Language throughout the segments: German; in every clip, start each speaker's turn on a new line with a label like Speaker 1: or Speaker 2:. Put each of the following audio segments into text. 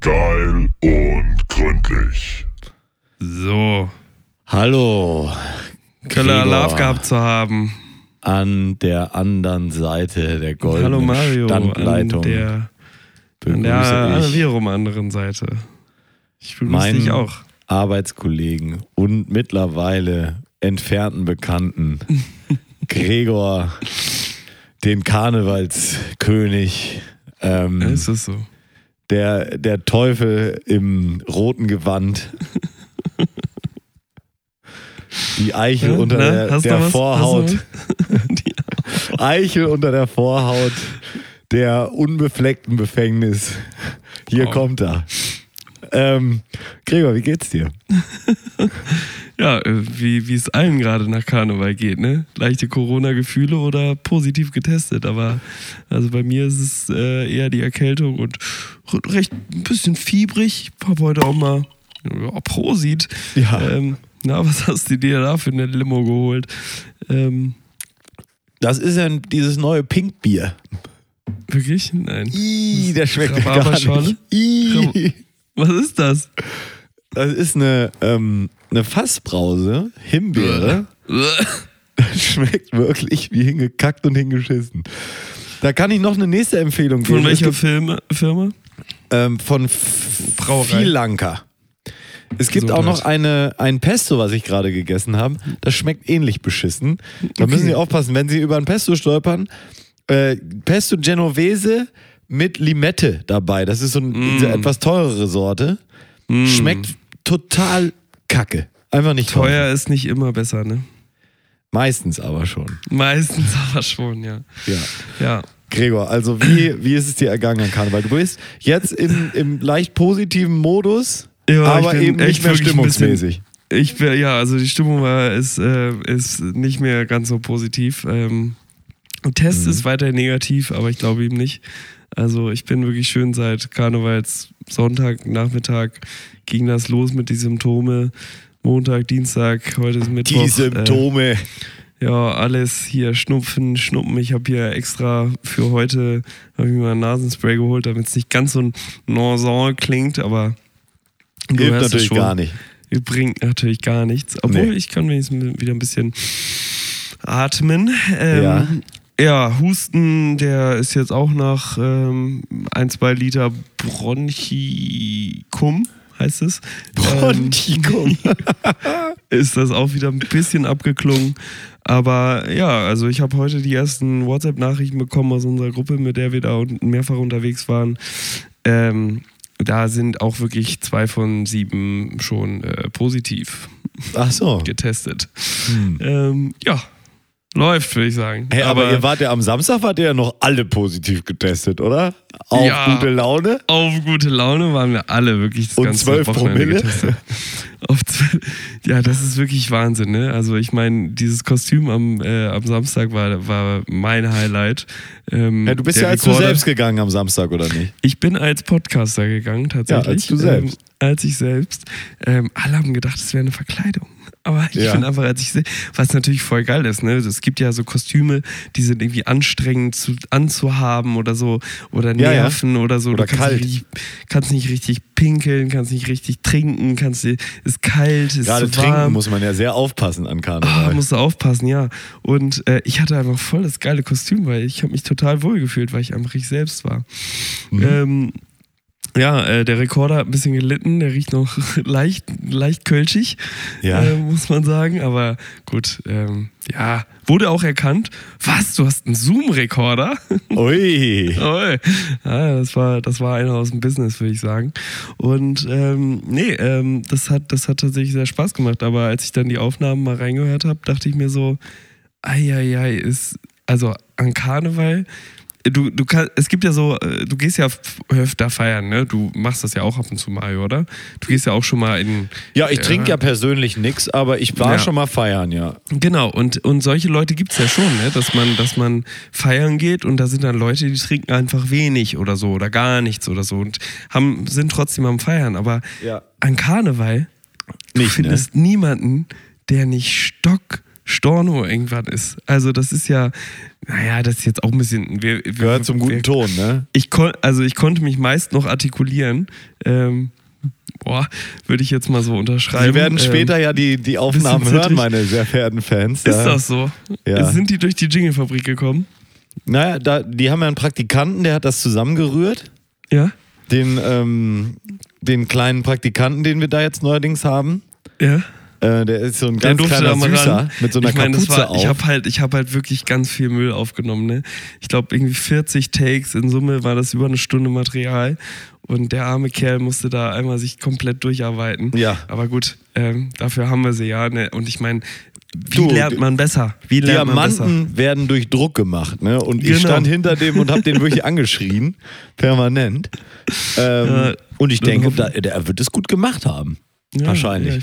Speaker 1: Geil und gründlich.
Speaker 2: So,
Speaker 3: Hallo.
Speaker 2: Köller
Speaker 3: Gregor
Speaker 2: Love gehabt zu haben.
Speaker 3: An der anderen Seite der goldenen
Speaker 2: Hallo Mario
Speaker 3: Standleitung.
Speaker 2: an der,
Speaker 3: begrüße
Speaker 2: an der
Speaker 3: ich
Speaker 2: Virum anderen Seite. Ich begrüße
Speaker 3: Mein-
Speaker 2: dich auch.
Speaker 3: Arbeitskollegen und mittlerweile entfernten Bekannten. Gregor, den Karnevalskönig. Ähm,
Speaker 2: Es ist so.
Speaker 3: der, der Teufel im roten Gewand. Die Eichel
Speaker 2: Ja,
Speaker 3: unter
Speaker 2: na,
Speaker 3: der,
Speaker 2: hast du
Speaker 3: der
Speaker 2: was?
Speaker 3: Vorhaut.
Speaker 2: Hast Die-
Speaker 3: Eichel unter der Vorhaut der unbefleckten Befängnis. Hier
Speaker 2: Wow.
Speaker 3: kommt er. Ähm, Gregor, wie geht's dir?
Speaker 2: Ja, äh, wie wie es allen gerade nach Karneval geht, ne? Leichte Corona-Gefühle oder positiv getestet, aber also bei mir ist es äh, eher die Erkältung und re- recht ein bisschen fiebrig. Ich habe heute auch mal ja, Prosit.
Speaker 3: Ja.
Speaker 2: Ähm, na, was hast du dir da für eine Limo geholt? Ähm,
Speaker 3: Das ist ja dieses neue Pinkbier.
Speaker 2: wirklich? Nein.
Speaker 3: Ih, der schmeckt ja gar
Speaker 2: Rhabarberschorle?
Speaker 3: nicht. Ih,
Speaker 2: Was ist das?
Speaker 3: das ist eine, ähm, eine Fassbrause, Himbeere. Das schmeckt wirklich wie hingekackt und hingeschissen. Da kann ich noch eine nächste Empfehlung geben.
Speaker 2: Von welcher
Speaker 3: Es gibt,
Speaker 2: Film, Firma?
Speaker 3: ähm, von
Speaker 2: Brauerei?
Speaker 3: Filanka. Es gibt
Speaker 2: Gesundheit.
Speaker 3: auch noch eine, ein Pesto, was ich gerade gegessen habe. Das schmeckt ähnlich beschissen. Da
Speaker 2: Okay.
Speaker 3: müssen Sie aufpassen, wenn Sie über ein Pesto stolpern. Äh, Pesto Genovese mit Limette dabei. Das ist so
Speaker 2: Mm.
Speaker 3: eine diese etwas teurere Sorte. Schmeckt total kacke. Einfach nicht
Speaker 2: Teuer ist nicht immer besser, ne?
Speaker 3: Meistens aber schon.
Speaker 2: Meistens aber schon, ja.
Speaker 3: Ja.
Speaker 2: Ja.
Speaker 3: Gregor, also wie, wie ist es dir ergangen an Karneval? Du bist jetzt im, im leicht positiven Modus,
Speaker 2: Ja,
Speaker 3: aber
Speaker 2: ich bin
Speaker 3: eben nicht
Speaker 2: echt
Speaker 3: mehr
Speaker 2: wirklich ein bisschen-
Speaker 3: stimmungsmäßig.
Speaker 2: Ich wär, ja, also die Stimmung war, ist, äh, ist nicht mehr ganz so positiv. Ähm, Test ist weiterhin negativ, aber ich glaube ihm nicht. Also ich bin wirklich schön seit Karnevals Sonntag, Nachmittag ging das los mit die Symptome. Montag, Dienstag, heute ist Mittwoch.
Speaker 3: Die
Speaker 2: Äh,
Speaker 3: Symptome.
Speaker 2: Ja, alles hier Schnupfen, Schnuppen. Ich habe hier extra für heute hab ich mir mal ein Nasenspray geholt, damit es nicht ganz so ein Norsan klingt, aber du
Speaker 3: Hilft
Speaker 2: hörst es
Speaker 3: natürlich
Speaker 2: schon.
Speaker 3: gar nicht.
Speaker 2: Bringt natürlich gar nichts. Obwohl,
Speaker 3: Nee.
Speaker 2: ich kann wenigstens wieder ein bisschen atmen. Ähm,
Speaker 3: Ja.
Speaker 2: ja. Husten, der ist jetzt auch nach ähm, ein, zwei Liter Bronchikum, heißt es.
Speaker 3: Bronchikum.
Speaker 2: Ähm, ist das auch wieder ein bisschen abgeklungen. Aber ja, also ich habe heute die ersten WhatsApp-Nachrichten bekommen aus unserer Gruppe, mit der wir da un- mehrfach unterwegs waren. Ähm, da sind auch wirklich zwei von sieben schon äh, positiv
Speaker 3: Ach so.
Speaker 2: getestet.
Speaker 3: Hm.
Speaker 2: Ähm, ja, läuft, würde ich sagen.
Speaker 3: Hey, aber, ihr wart ja am Samstag, wart ihr ja noch alle positiv getestet, oder? Auf
Speaker 2: Ja.
Speaker 3: gute Laune?
Speaker 2: auf gute Laune waren wir alle wirklich das
Speaker 3: Und
Speaker 2: ganze
Speaker 3: 12
Speaker 2: Wochenende
Speaker 3: Promille?
Speaker 2: getestet. Auf zw- ja, das ist wirklich Wahnsinn, ne? Also ich meine, dieses Kostüm am, äh, am Samstag war, war mein Highlight. Ähm,
Speaker 3: Ja, du bist
Speaker 2: der
Speaker 3: ja als du
Speaker 2: Rekorder-
Speaker 3: selbst gegangen am Samstag, oder nicht?
Speaker 2: Ich bin als Podcaster gegangen, tatsächlich.
Speaker 3: Ja, als du selbst.
Speaker 2: Ähm, als ich selbst. Ähm, alle haben gedacht, es wäre eine Verkleidung. Aber ich
Speaker 3: Ja.
Speaker 2: bin einfach, als ich se- was natürlich voll geil ist, ne? Es gibt ja so Kostüme, die sind irgendwie anstrengend zu, anzuhaben oder so, oder
Speaker 3: Ja, ja.
Speaker 2: nerven oder so.
Speaker 3: Oder
Speaker 2: du kannst
Speaker 3: kalt.
Speaker 2: Nicht, richtig- kannst nicht richtig pinkeln, kannst nicht richtig trinken, kannst, ist kalt, ist
Speaker 3: Gerade
Speaker 2: zu warm.
Speaker 3: trinken muss man ja sehr aufpassen an
Speaker 2: Ah,
Speaker 3: Karneval.
Speaker 2: musst du aufpassen, ja. Und äh, ich hatte einfach voll das geile Kostüm, weil ich habe mich total wohl gefühlt, weil ich einfach ich selbst war. Ähm, ja, äh, der Rekorder hat ein bisschen gelitten, der riecht noch leicht, leicht kölschig,
Speaker 3: Ja.
Speaker 2: äh, muss man sagen. Aber gut, ähm, ja, wurde auch erkannt. Was, du hast einen Zoom-Rekorder?
Speaker 3: Ui.
Speaker 2: Oi. Ja, das war, das war einer aus dem Business, würde ich sagen. Und ähm, nee, ähm, das hat, das hat tatsächlich sehr Spaß gemacht. Aber als ich dann die Aufnahmen mal reingehört habe, dachte ich mir so, eieiei, ist, also an Karneval, du, du kann, es gibt ja so, äh, du gehst ja f- öfter feiern, ne? Du machst das ja auch ab und zu mal, oder? Du gehst ja auch schon mal in.
Speaker 3: Ja, ich trinke ja persönlich nix, aber ich war
Speaker 2: Ja.
Speaker 3: schon mal feiern, ja.
Speaker 2: Genau, und, und solche Leute gibt's ja schon, ne? dass, man, dass man feiern geht und da sind dann Leute, die trinken einfach wenig oder so oder gar nichts oder so und haben, sind trotzdem am Feiern. Aber
Speaker 3: Ja.
Speaker 2: an Karneval du
Speaker 3: Nicht, ne?
Speaker 2: findest niemanden, der nicht stock Storno irgendwann ist. Also das ist ja, naja, das ist jetzt auch ein bisschen... Wir, wir-
Speaker 3: Gehört zum
Speaker 2: wir-
Speaker 3: guten Ton, ne?
Speaker 2: Ich kon also ich konnte mich meist noch artikulieren. Ähm, boah, würde ich jetzt mal so unterschreiben.
Speaker 3: Sie werden später ja die, die Aufnahmen
Speaker 2: wissen's
Speaker 3: hören,
Speaker 2: natürlich.
Speaker 3: meine sehr verehrten Fans.
Speaker 2: Ähm, ist
Speaker 3: Da-
Speaker 2: das so?
Speaker 3: Ja.
Speaker 2: Sind die durch die Jingle-Fabrik gekommen?
Speaker 3: Naja, da, die haben ja einen Praktikanten, der hat das zusammengerührt.
Speaker 2: Ja?
Speaker 3: Den, ähm, den kleinen Praktikanten, den wir da jetzt neuerdings haben.
Speaker 2: Ja?
Speaker 3: Äh, der ist so ein
Speaker 2: Der
Speaker 3: ganz kleiner Süßer mit so einer
Speaker 2: ich meine,
Speaker 3: Kapuze
Speaker 2: das war,
Speaker 3: auf.
Speaker 2: Ich habe halt, ich hab halt wirklich ganz viel Müll aufgenommen. Ne? Ich glaube, irgendwie 40 Takes in Summe war das über eine Stunde Material. Und der arme Kerl musste da einmal sich komplett durcharbeiten.
Speaker 3: Ja.
Speaker 2: Aber gut, ähm, dafür haben wir sie ja. Ne? Und ich meine, wie
Speaker 3: Du,
Speaker 2: lernt man besser? Wie lernt man besser?
Speaker 3: Diamanten werden durch Druck gemacht, ne? Und ich
Speaker 2: Genau.
Speaker 3: stand hinter dem und habe den wirklich angeschrien, permanent. Ähm,
Speaker 2: Ja,
Speaker 3: und ich
Speaker 2: dann
Speaker 3: denke,
Speaker 2: hoffen-
Speaker 3: da, der wird es gut gemacht haben.
Speaker 2: Ja,
Speaker 3: Wahrscheinlich.
Speaker 2: Ja,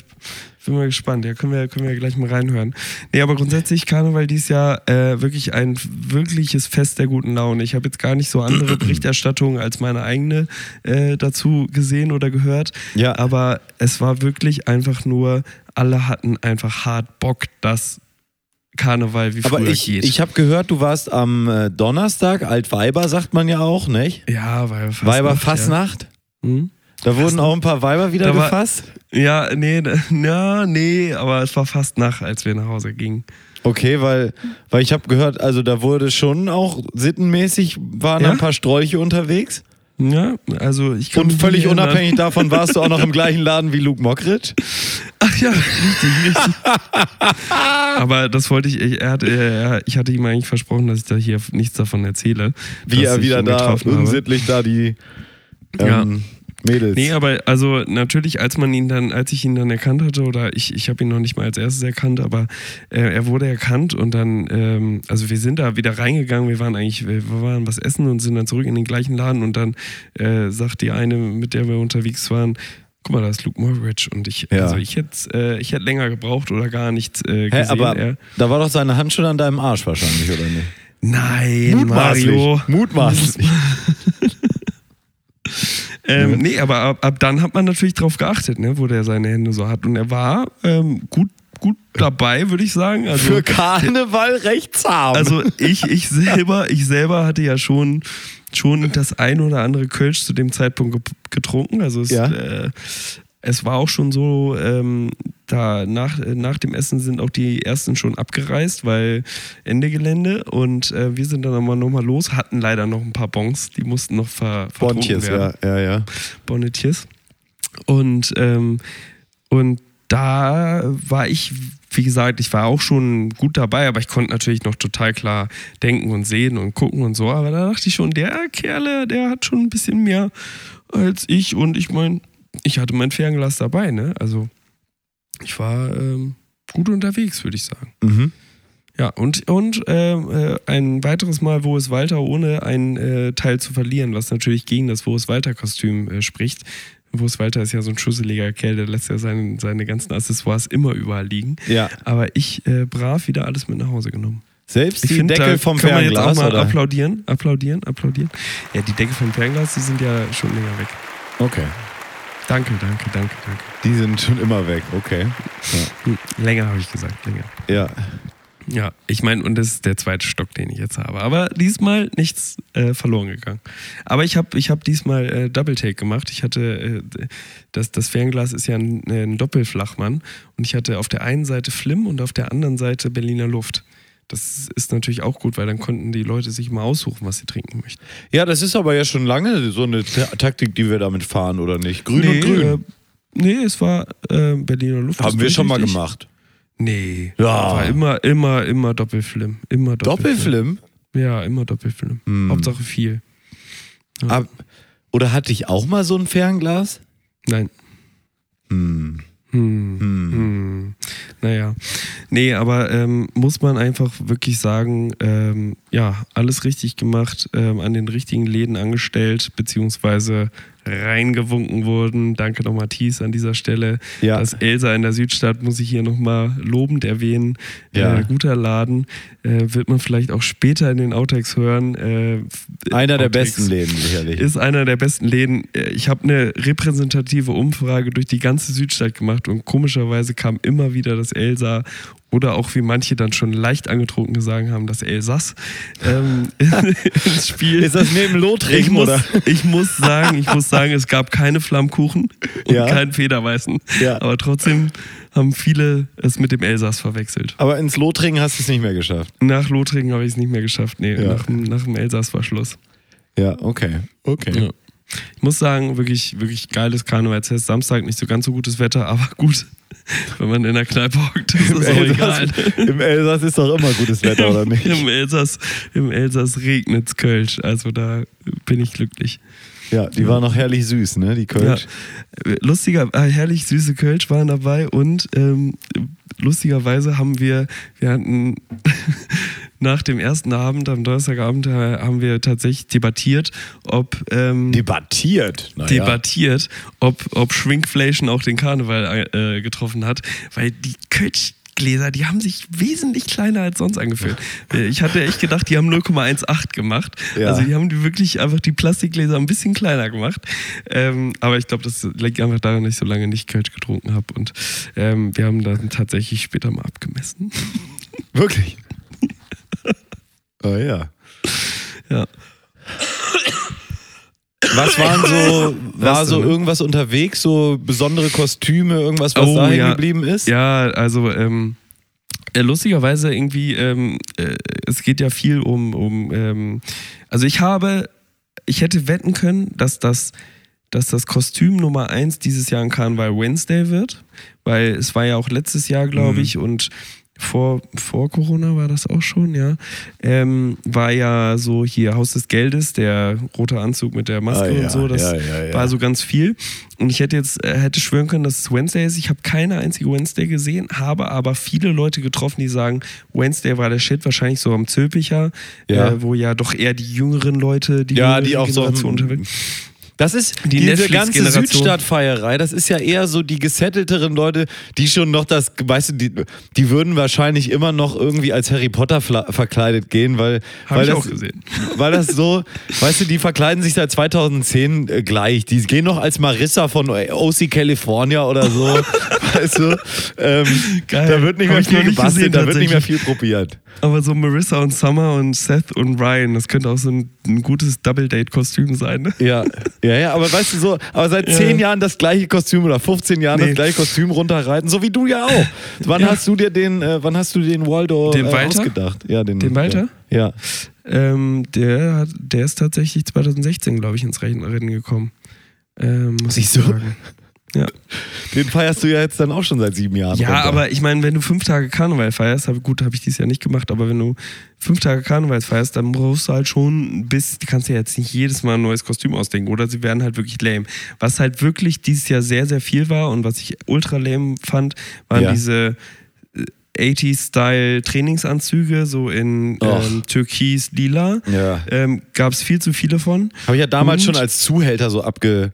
Speaker 2: ich bin mal gespannt. Ja, können wir, können wir gleich mal reinhören. Nee, aber grundsätzlich Karneval dieses Jahr äh, wirklich ein wirkliches Fest der guten Laune. Ich habe jetzt gar nicht so andere Berichterstattungen als meine eigene äh, dazu gesehen oder gehört.
Speaker 3: Ja.
Speaker 2: Aber es war wirklich einfach nur, alle hatten einfach hart Bock, dass Karneval wie
Speaker 3: Aber
Speaker 2: früher
Speaker 3: ich,
Speaker 2: geht.
Speaker 3: ich habe gehört, du warst am äh, Donnerstag, Altweiber sagt man ja auch, nicht?
Speaker 2: ja, Weiber Fastnacht.
Speaker 3: Weiber Fastnacht.
Speaker 2: Ja. Hm?
Speaker 3: Da wurden auch ein paar Weiber wieder
Speaker 2: Da war-
Speaker 3: gefasst.
Speaker 2: ja, nee, na, nee, aber es war fast Nacht, als wir nach Hause gingen.
Speaker 3: Okay, weil, weil ich habe gehört, also da wurde schon auch sittenmäßig waren
Speaker 2: Ja?
Speaker 3: ein paar Strolche unterwegs.
Speaker 2: Ja, also ich kann
Speaker 3: Und
Speaker 2: mich
Speaker 3: völlig
Speaker 2: nicht erinnern.
Speaker 3: unabhängig davon warst du auch noch im gleichen Laden wie Luke Mockridge.
Speaker 2: Ach ja, richtig, richtig. Aber das wollte ich, ich, er hat, äh, er, ich hatte ihm eigentlich versprochen, dass ich da hier nichts davon erzähle.
Speaker 3: wie
Speaker 2: dass
Speaker 3: er
Speaker 2: ich
Speaker 3: wieder
Speaker 2: ihn
Speaker 3: da
Speaker 2: getroffen habe.
Speaker 3: unsittlich da die
Speaker 2: Ja.
Speaker 3: ähm, Mädels.
Speaker 2: Nee, aber also natürlich, als man ihn dann, als ich ihn dann erkannt hatte, oder ich, ich habe ihn noch nicht mal als erstes erkannt, aber äh, er wurde erkannt und dann, ähm, also wir sind da wieder reingegangen, wir waren eigentlich, wir waren was essen und sind dann zurück in den gleichen Laden und dann äh, sagt die eine, mit der wir unterwegs waren, guck mal, da ist Luke Morbridge und ich,
Speaker 3: Ja.
Speaker 2: also ich hätte äh, ich hätte länger gebraucht oder gar nichts äh, gesehen.
Speaker 3: Hä, aber
Speaker 2: er,
Speaker 3: da war doch seine Hand schon an deinem Arsch wahrscheinlich, oder nicht?
Speaker 2: Nein, Mario.
Speaker 3: Mutmaßlich.
Speaker 2: Ähm, nee, aber ab, ab dann hat man natürlich drauf geachtet, ne, wo der seine Hände so hat. Und er war ähm, gut, gut dabei, würde ich sagen. Also,
Speaker 3: Für Karneval recht zahm.
Speaker 2: also ich, ich, selber, ich selber hatte ja schon, schon das ein oder andere Kölsch zu dem Zeitpunkt ge- getrunken. Also es,
Speaker 3: Ja.
Speaker 2: äh, es war auch schon so, ähm, da nach, äh, nach dem Essen sind auch die ersten schon abgereist, weil Ende Gelände. Und äh, wir sind dann nochmal noch mal los, hatten leider noch ein paar Bons, die mussten noch ver, vertrunken
Speaker 3: Bontjes,
Speaker 2: werden.
Speaker 3: ja, ja, ja.
Speaker 2: Bonnetiers. Und, ähm, und da war ich, wie gesagt, ich war auch schon gut dabei, aber ich konnte natürlich noch total klar denken und sehen und gucken und so. Aber da dachte ich schon, der Kerle, der hat schon ein bisschen mehr als ich. Und ich meine, ich hatte mein Fernglas dabei, ne? Also ich war ähm, gut unterwegs, würde ich sagen.
Speaker 3: Mhm.
Speaker 2: Ja, und, und ähm, äh, ein weiteres Mal, wo es Walter ohne einen äh, Teil zu verlieren, was natürlich gegen das Wo es Walter-Kostüm äh, spricht. Wo es Walter ist ja so ein schusseliger Kerl, der lässt ja seine, seine ganzen Accessoires immer überall liegen.
Speaker 3: Ja.
Speaker 2: Aber ich äh, brav wieder alles mit nach Hause genommen.
Speaker 3: Selbst
Speaker 2: Ich
Speaker 3: die
Speaker 2: finde,
Speaker 3: Deckel
Speaker 2: da
Speaker 3: vom
Speaker 2: kann man jetzt auch
Speaker 3: Fernglas,
Speaker 2: mal
Speaker 3: oder?
Speaker 2: applaudieren, applaudieren, applaudieren. Ja, die Deckel vom Fernglas, die sind ja schon länger weg.
Speaker 3: Okay.
Speaker 2: Danke, danke, danke, danke.
Speaker 3: Die sind schon immer weg, okay.
Speaker 2: Hm, Länger habe ich gesagt, länger.
Speaker 3: Ja.
Speaker 2: Ja, ich meine, und das ist der zweite Stock, den ich jetzt habe. Aber diesmal nichts äh, verloren gegangen. Aber ich habe ich hab diesmal äh, Double Take gemacht. Ich hatte, äh, das, das Fernglas ist ja ein, ein Doppelflachmann. Und ich hatte auf der einen Seite Flim und auf der anderen Seite Berliner Luft. Das ist natürlich auch gut, weil dann konnten die Leute sich mal aussuchen, was sie trinken möchten.
Speaker 3: Ja, das ist aber ja schon lange so eine Ta Taktik, die wir damit fahren, oder nicht? Grün und grün.
Speaker 2: Äh, nee, es war äh, Berliner Luft.
Speaker 3: Haben
Speaker 2: Das
Speaker 3: wir
Speaker 2: ist
Speaker 3: schon mal
Speaker 2: richtig.
Speaker 3: gemacht.
Speaker 2: Nee.
Speaker 3: Ja.
Speaker 2: War immer, immer, immer Doppelflim. Immer Doppelflim.
Speaker 3: Doppelflim? Hm.
Speaker 2: Ja, immer Doppelfilm. Hauptsache viel.
Speaker 3: Ab- Oder hatte ich auch mal so ein Fernglas?
Speaker 2: Nein. Hm. Hm. Hm. Naja. Nee, aber ähm, muss man einfach wirklich sagen, ähm, ja, alles richtig gemacht, ähm, an den richtigen Läden angestellt, beziehungsweise reingewunken wurden. Danke nochmal Thies an dieser Stelle.
Speaker 3: Ja.
Speaker 2: Das Elsa in der Südstadt muss ich hier nochmal lobend erwähnen.
Speaker 3: Ja.
Speaker 2: Äh, guter Laden. Äh, wird man vielleicht auch später in den Outtakes hören. Äh,
Speaker 3: Einer der
Speaker 2: Outtakes.
Speaker 3: besten Läden sicherlich.
Speaker 2: Ist einer der besten Läden. Äh, Ich habe eine repräsentative Umfrage durch die ganze Südstadt gemacht und komischerweise kam immer wieder das das Elsa oder auch wie manche dann schon leicht angetrunken gesagt haben, das Elsass ähm, ins Spiel.
Speaker 3: Ist das neben Lothringen,
Speaker 2: ich muss,
Speaker 3: oder?
Speaker 2: ich muss sagen, ich muss sagen, es gab keine Flammkuchen und
Speaker 3: Ja.
Speaker 2: keinen Federweißen.
Speaker 3: Ja.
Speaker 2: Aber trotzdem haben viele es mit dem Elsass verwechselt.
Speaker 3: Aber ins Lothringen hast du es nicht mehr geschafft.
Speaker 2: Nach Lothringen habe ich es nicht mehr geschafft. Nee,
Speaker 3: Ja.
Speaker 2: nach, dem- nach dem Elsass war Schluss.
Speaker 3: Ja, okay. Okay.
Speaker 2: Ja. Ich muss sagen, wirklich, wirklich geiles Karnevalsfest. Samstag nicht so ganz so gutes Wetter, aber gut. Wenn man in der Kneipe hockt, ist
Speaker 3: Im,
Speaker 2: es auch egal.
Speaker 3: Elsass, Im Elsass ist doch immer gutes Wetter, oder nicht?
Speaker 2: Im Elsass, im Elsass regnet's Kölsch. Also da bin ich glücklich.
Speaker 3: Ja, die war noch herrlich süß, ne? Die
Speaker 2: Ja.
Speaker 3: Kölsch.
Speaker 2: Lustiger, ah, herrlich süße Kölsch waren dabei und ähm, lustigerweise haben wir, wir hatten nach dem ersten Abend, am Donnerstagabend, äh, haben wir tatsächlich debattiert, ob. Ähm,
Speaker 3: Debattiert. Naja.
Speaker 2: debattiert, ob, ob Schwinkflation auch den Karneval äh, getroffen hat, weil die Kölschgläser, die haben sich wesentlich kleiner als sonst angefühlt. Äh, Ich hatte echt gedacht, die haben 0,18 gemacht.
Speaker 3: Ja.
Speaker 2: Also die haben die wirklich einfach die Plastikgläser ein bisschen kleiner gemacht. Ähm, aber ich glaube, das liegt einfach daran, dass ich so lange nicht Kölsch getrunken habe. Und ähm, wir haben dann tatsächlich später mal abgemessen.
Speaker 3: Wirklich. oh ja.
Speaker 2: ja.
Speaker 3: Was waren so, war
Speaker 2: Was
Speaker 3: so
Speaker 2: denn?
Speaker 3: irgendwas unterwegs, so besondere Kostüme, irgendwas, was
Speaker 2: Oh,
Speaker 3: da hängen
Speaker 2: ja.
Speaker 3: geblieben ist?
Speaker 2: Ja, also ähm, äh, lustigerweise irgendwie, ähm, äh, es geht ja viel um, um ähm, also ich habe, ich hätte wetten können, dass das, dass das Kostüm Nummer eins dieses Jahr ein Karneval Wednesday wird, weil es war ja auch letztes Jahr, glaube
Speaker 3: Mhm.
Speaker 2: ich, und vor, vor Corona war das auch schon, ja. Ähm, war ja so hier Haus des Geldes, der rote Anzug mit der Maske
Speaker 3: Ah, ja,
Speaker 2: und so. Das
Speaker 3: ja, ja, ja.
Speaker 2: war so ganz viel. Und ich hätte jetzt äh, hätte schwören können, dass es Wednesday ist. Ich habe keine einzige Wednesday gesehen, habe aber viele Leute getroffen, die sagen, Wednesday war der Shit, wahrscheinlich so am Zülpicher,
Speaker 3: Ja.
Speaker 2: äh, wo ja doch eher die jüngeren Leute, die,
Speaker 3: Ja,
Speaker 2: jüngere
Speaker 3: die auch so-
Speaker 2: Generation unterwegs
Speaker 3: Das ist
Speaker 2: Die
Speaker 3: diese
Speaker 2: Netflix-Generation.
Speaker 3: ganze Südstadtfeierei, das ist ja eher so die gesettelteren Leute, die schon noch das, weißt du, die, die würden wahrscheinlich immer noch irgendwie als Harry Potter fla- verkleidet gehen, weil,
Speaker 2: Hab
Speaker 3: weil
Speaker 2: ich
Speaker 3: das,
Speaker 2: auch gesehen.
Speaker 3: Weil das so, weißt du, die verkleiden sich seit 2010 äh, gleich. Die gehen noch als Marissa von OC California oder so. weißt du? Ähm,
Speaker 2: Geil.
Speaker 3: Da wird nicht
Speaker 2: Hab
Speaker 3: mehr
Speaker 2: ich noch
Speaker 3: viel
Speaker 2: nicht
Speaker 3: gebastelt,
Speaker 2: gesehen,
Speaker 3: da wird nicht mehr
Speaker 2: tatsächlich.
Speaker 3: viel probiert.
Speaker 2: Aber so Marissa und Summer und Seth und Ryan, das könnte auch so ein, ein gutes Double-Date-Kostüm sein. Ne?
Speaker 3: Ja, ja, ja, aber weißt du so, aber seit
Speaker 2: Ja.
Speaker 3: zehn Jahren das gleiche Kostüm oder 15 Jahren
Speaker 2: Nee.
Speaker 3: das gleiche Kostüm runterreiten, so wie du ja auch. Wann
Speaker 2: Ja.
Speaker 3: hast du dir den, äh, wann hast du den Waldo
Speaker 2: Den
Speaker 3: äh,
Speaker 2: Walter?
Speaker 3: ausgedacht? Ja, den,
Speaker 2: Den Walter?
Speaker 3: Ja. ja.
Speaker 2: Ähm, der, hat, der ist tatsächlich 2016, glaube ich, ins Rennen Rennen gekommen. Ähm, muss ich
Speaker 3: Siehst du?
Speaker 2: sagen. Ja.
Speaker 3: Den feierst du ja jetzt dann auch schon seit sieben Jahren.
Speaker 2: Ja,
Speaker 3: runter.
Speaker 2: aber ich meine, wenn du fünf Tage Karneval feierst, hab, gut, habe ich dieses Jahr nicht gemacht, aber wenn du fünf Tage Karneval feierst, dann brauchst du halt schon bis, du kannst ja jetzt nicht jedes Mal ein neues Kostüm ausdenken oder sie werden halt wirklich lame. Was halt wirklich dieses Jahr sehr, sehr viel war und was ich ultra lame fand, waren
Speaker 3: Ja.
Speaker 2: diese äh, 80s-Style Trainingsanzüge, so in
Speaker 3: Och.
Speaker 2: ähm, Türkis lila.
Speaker 3: Ja.
Speaker 2: Ähm, Gab es viel zu viele von.
Speaker 3: Habe ich ja damals
Speaker 2: Und-
Speaker 3: schon als Zuhälter so abge,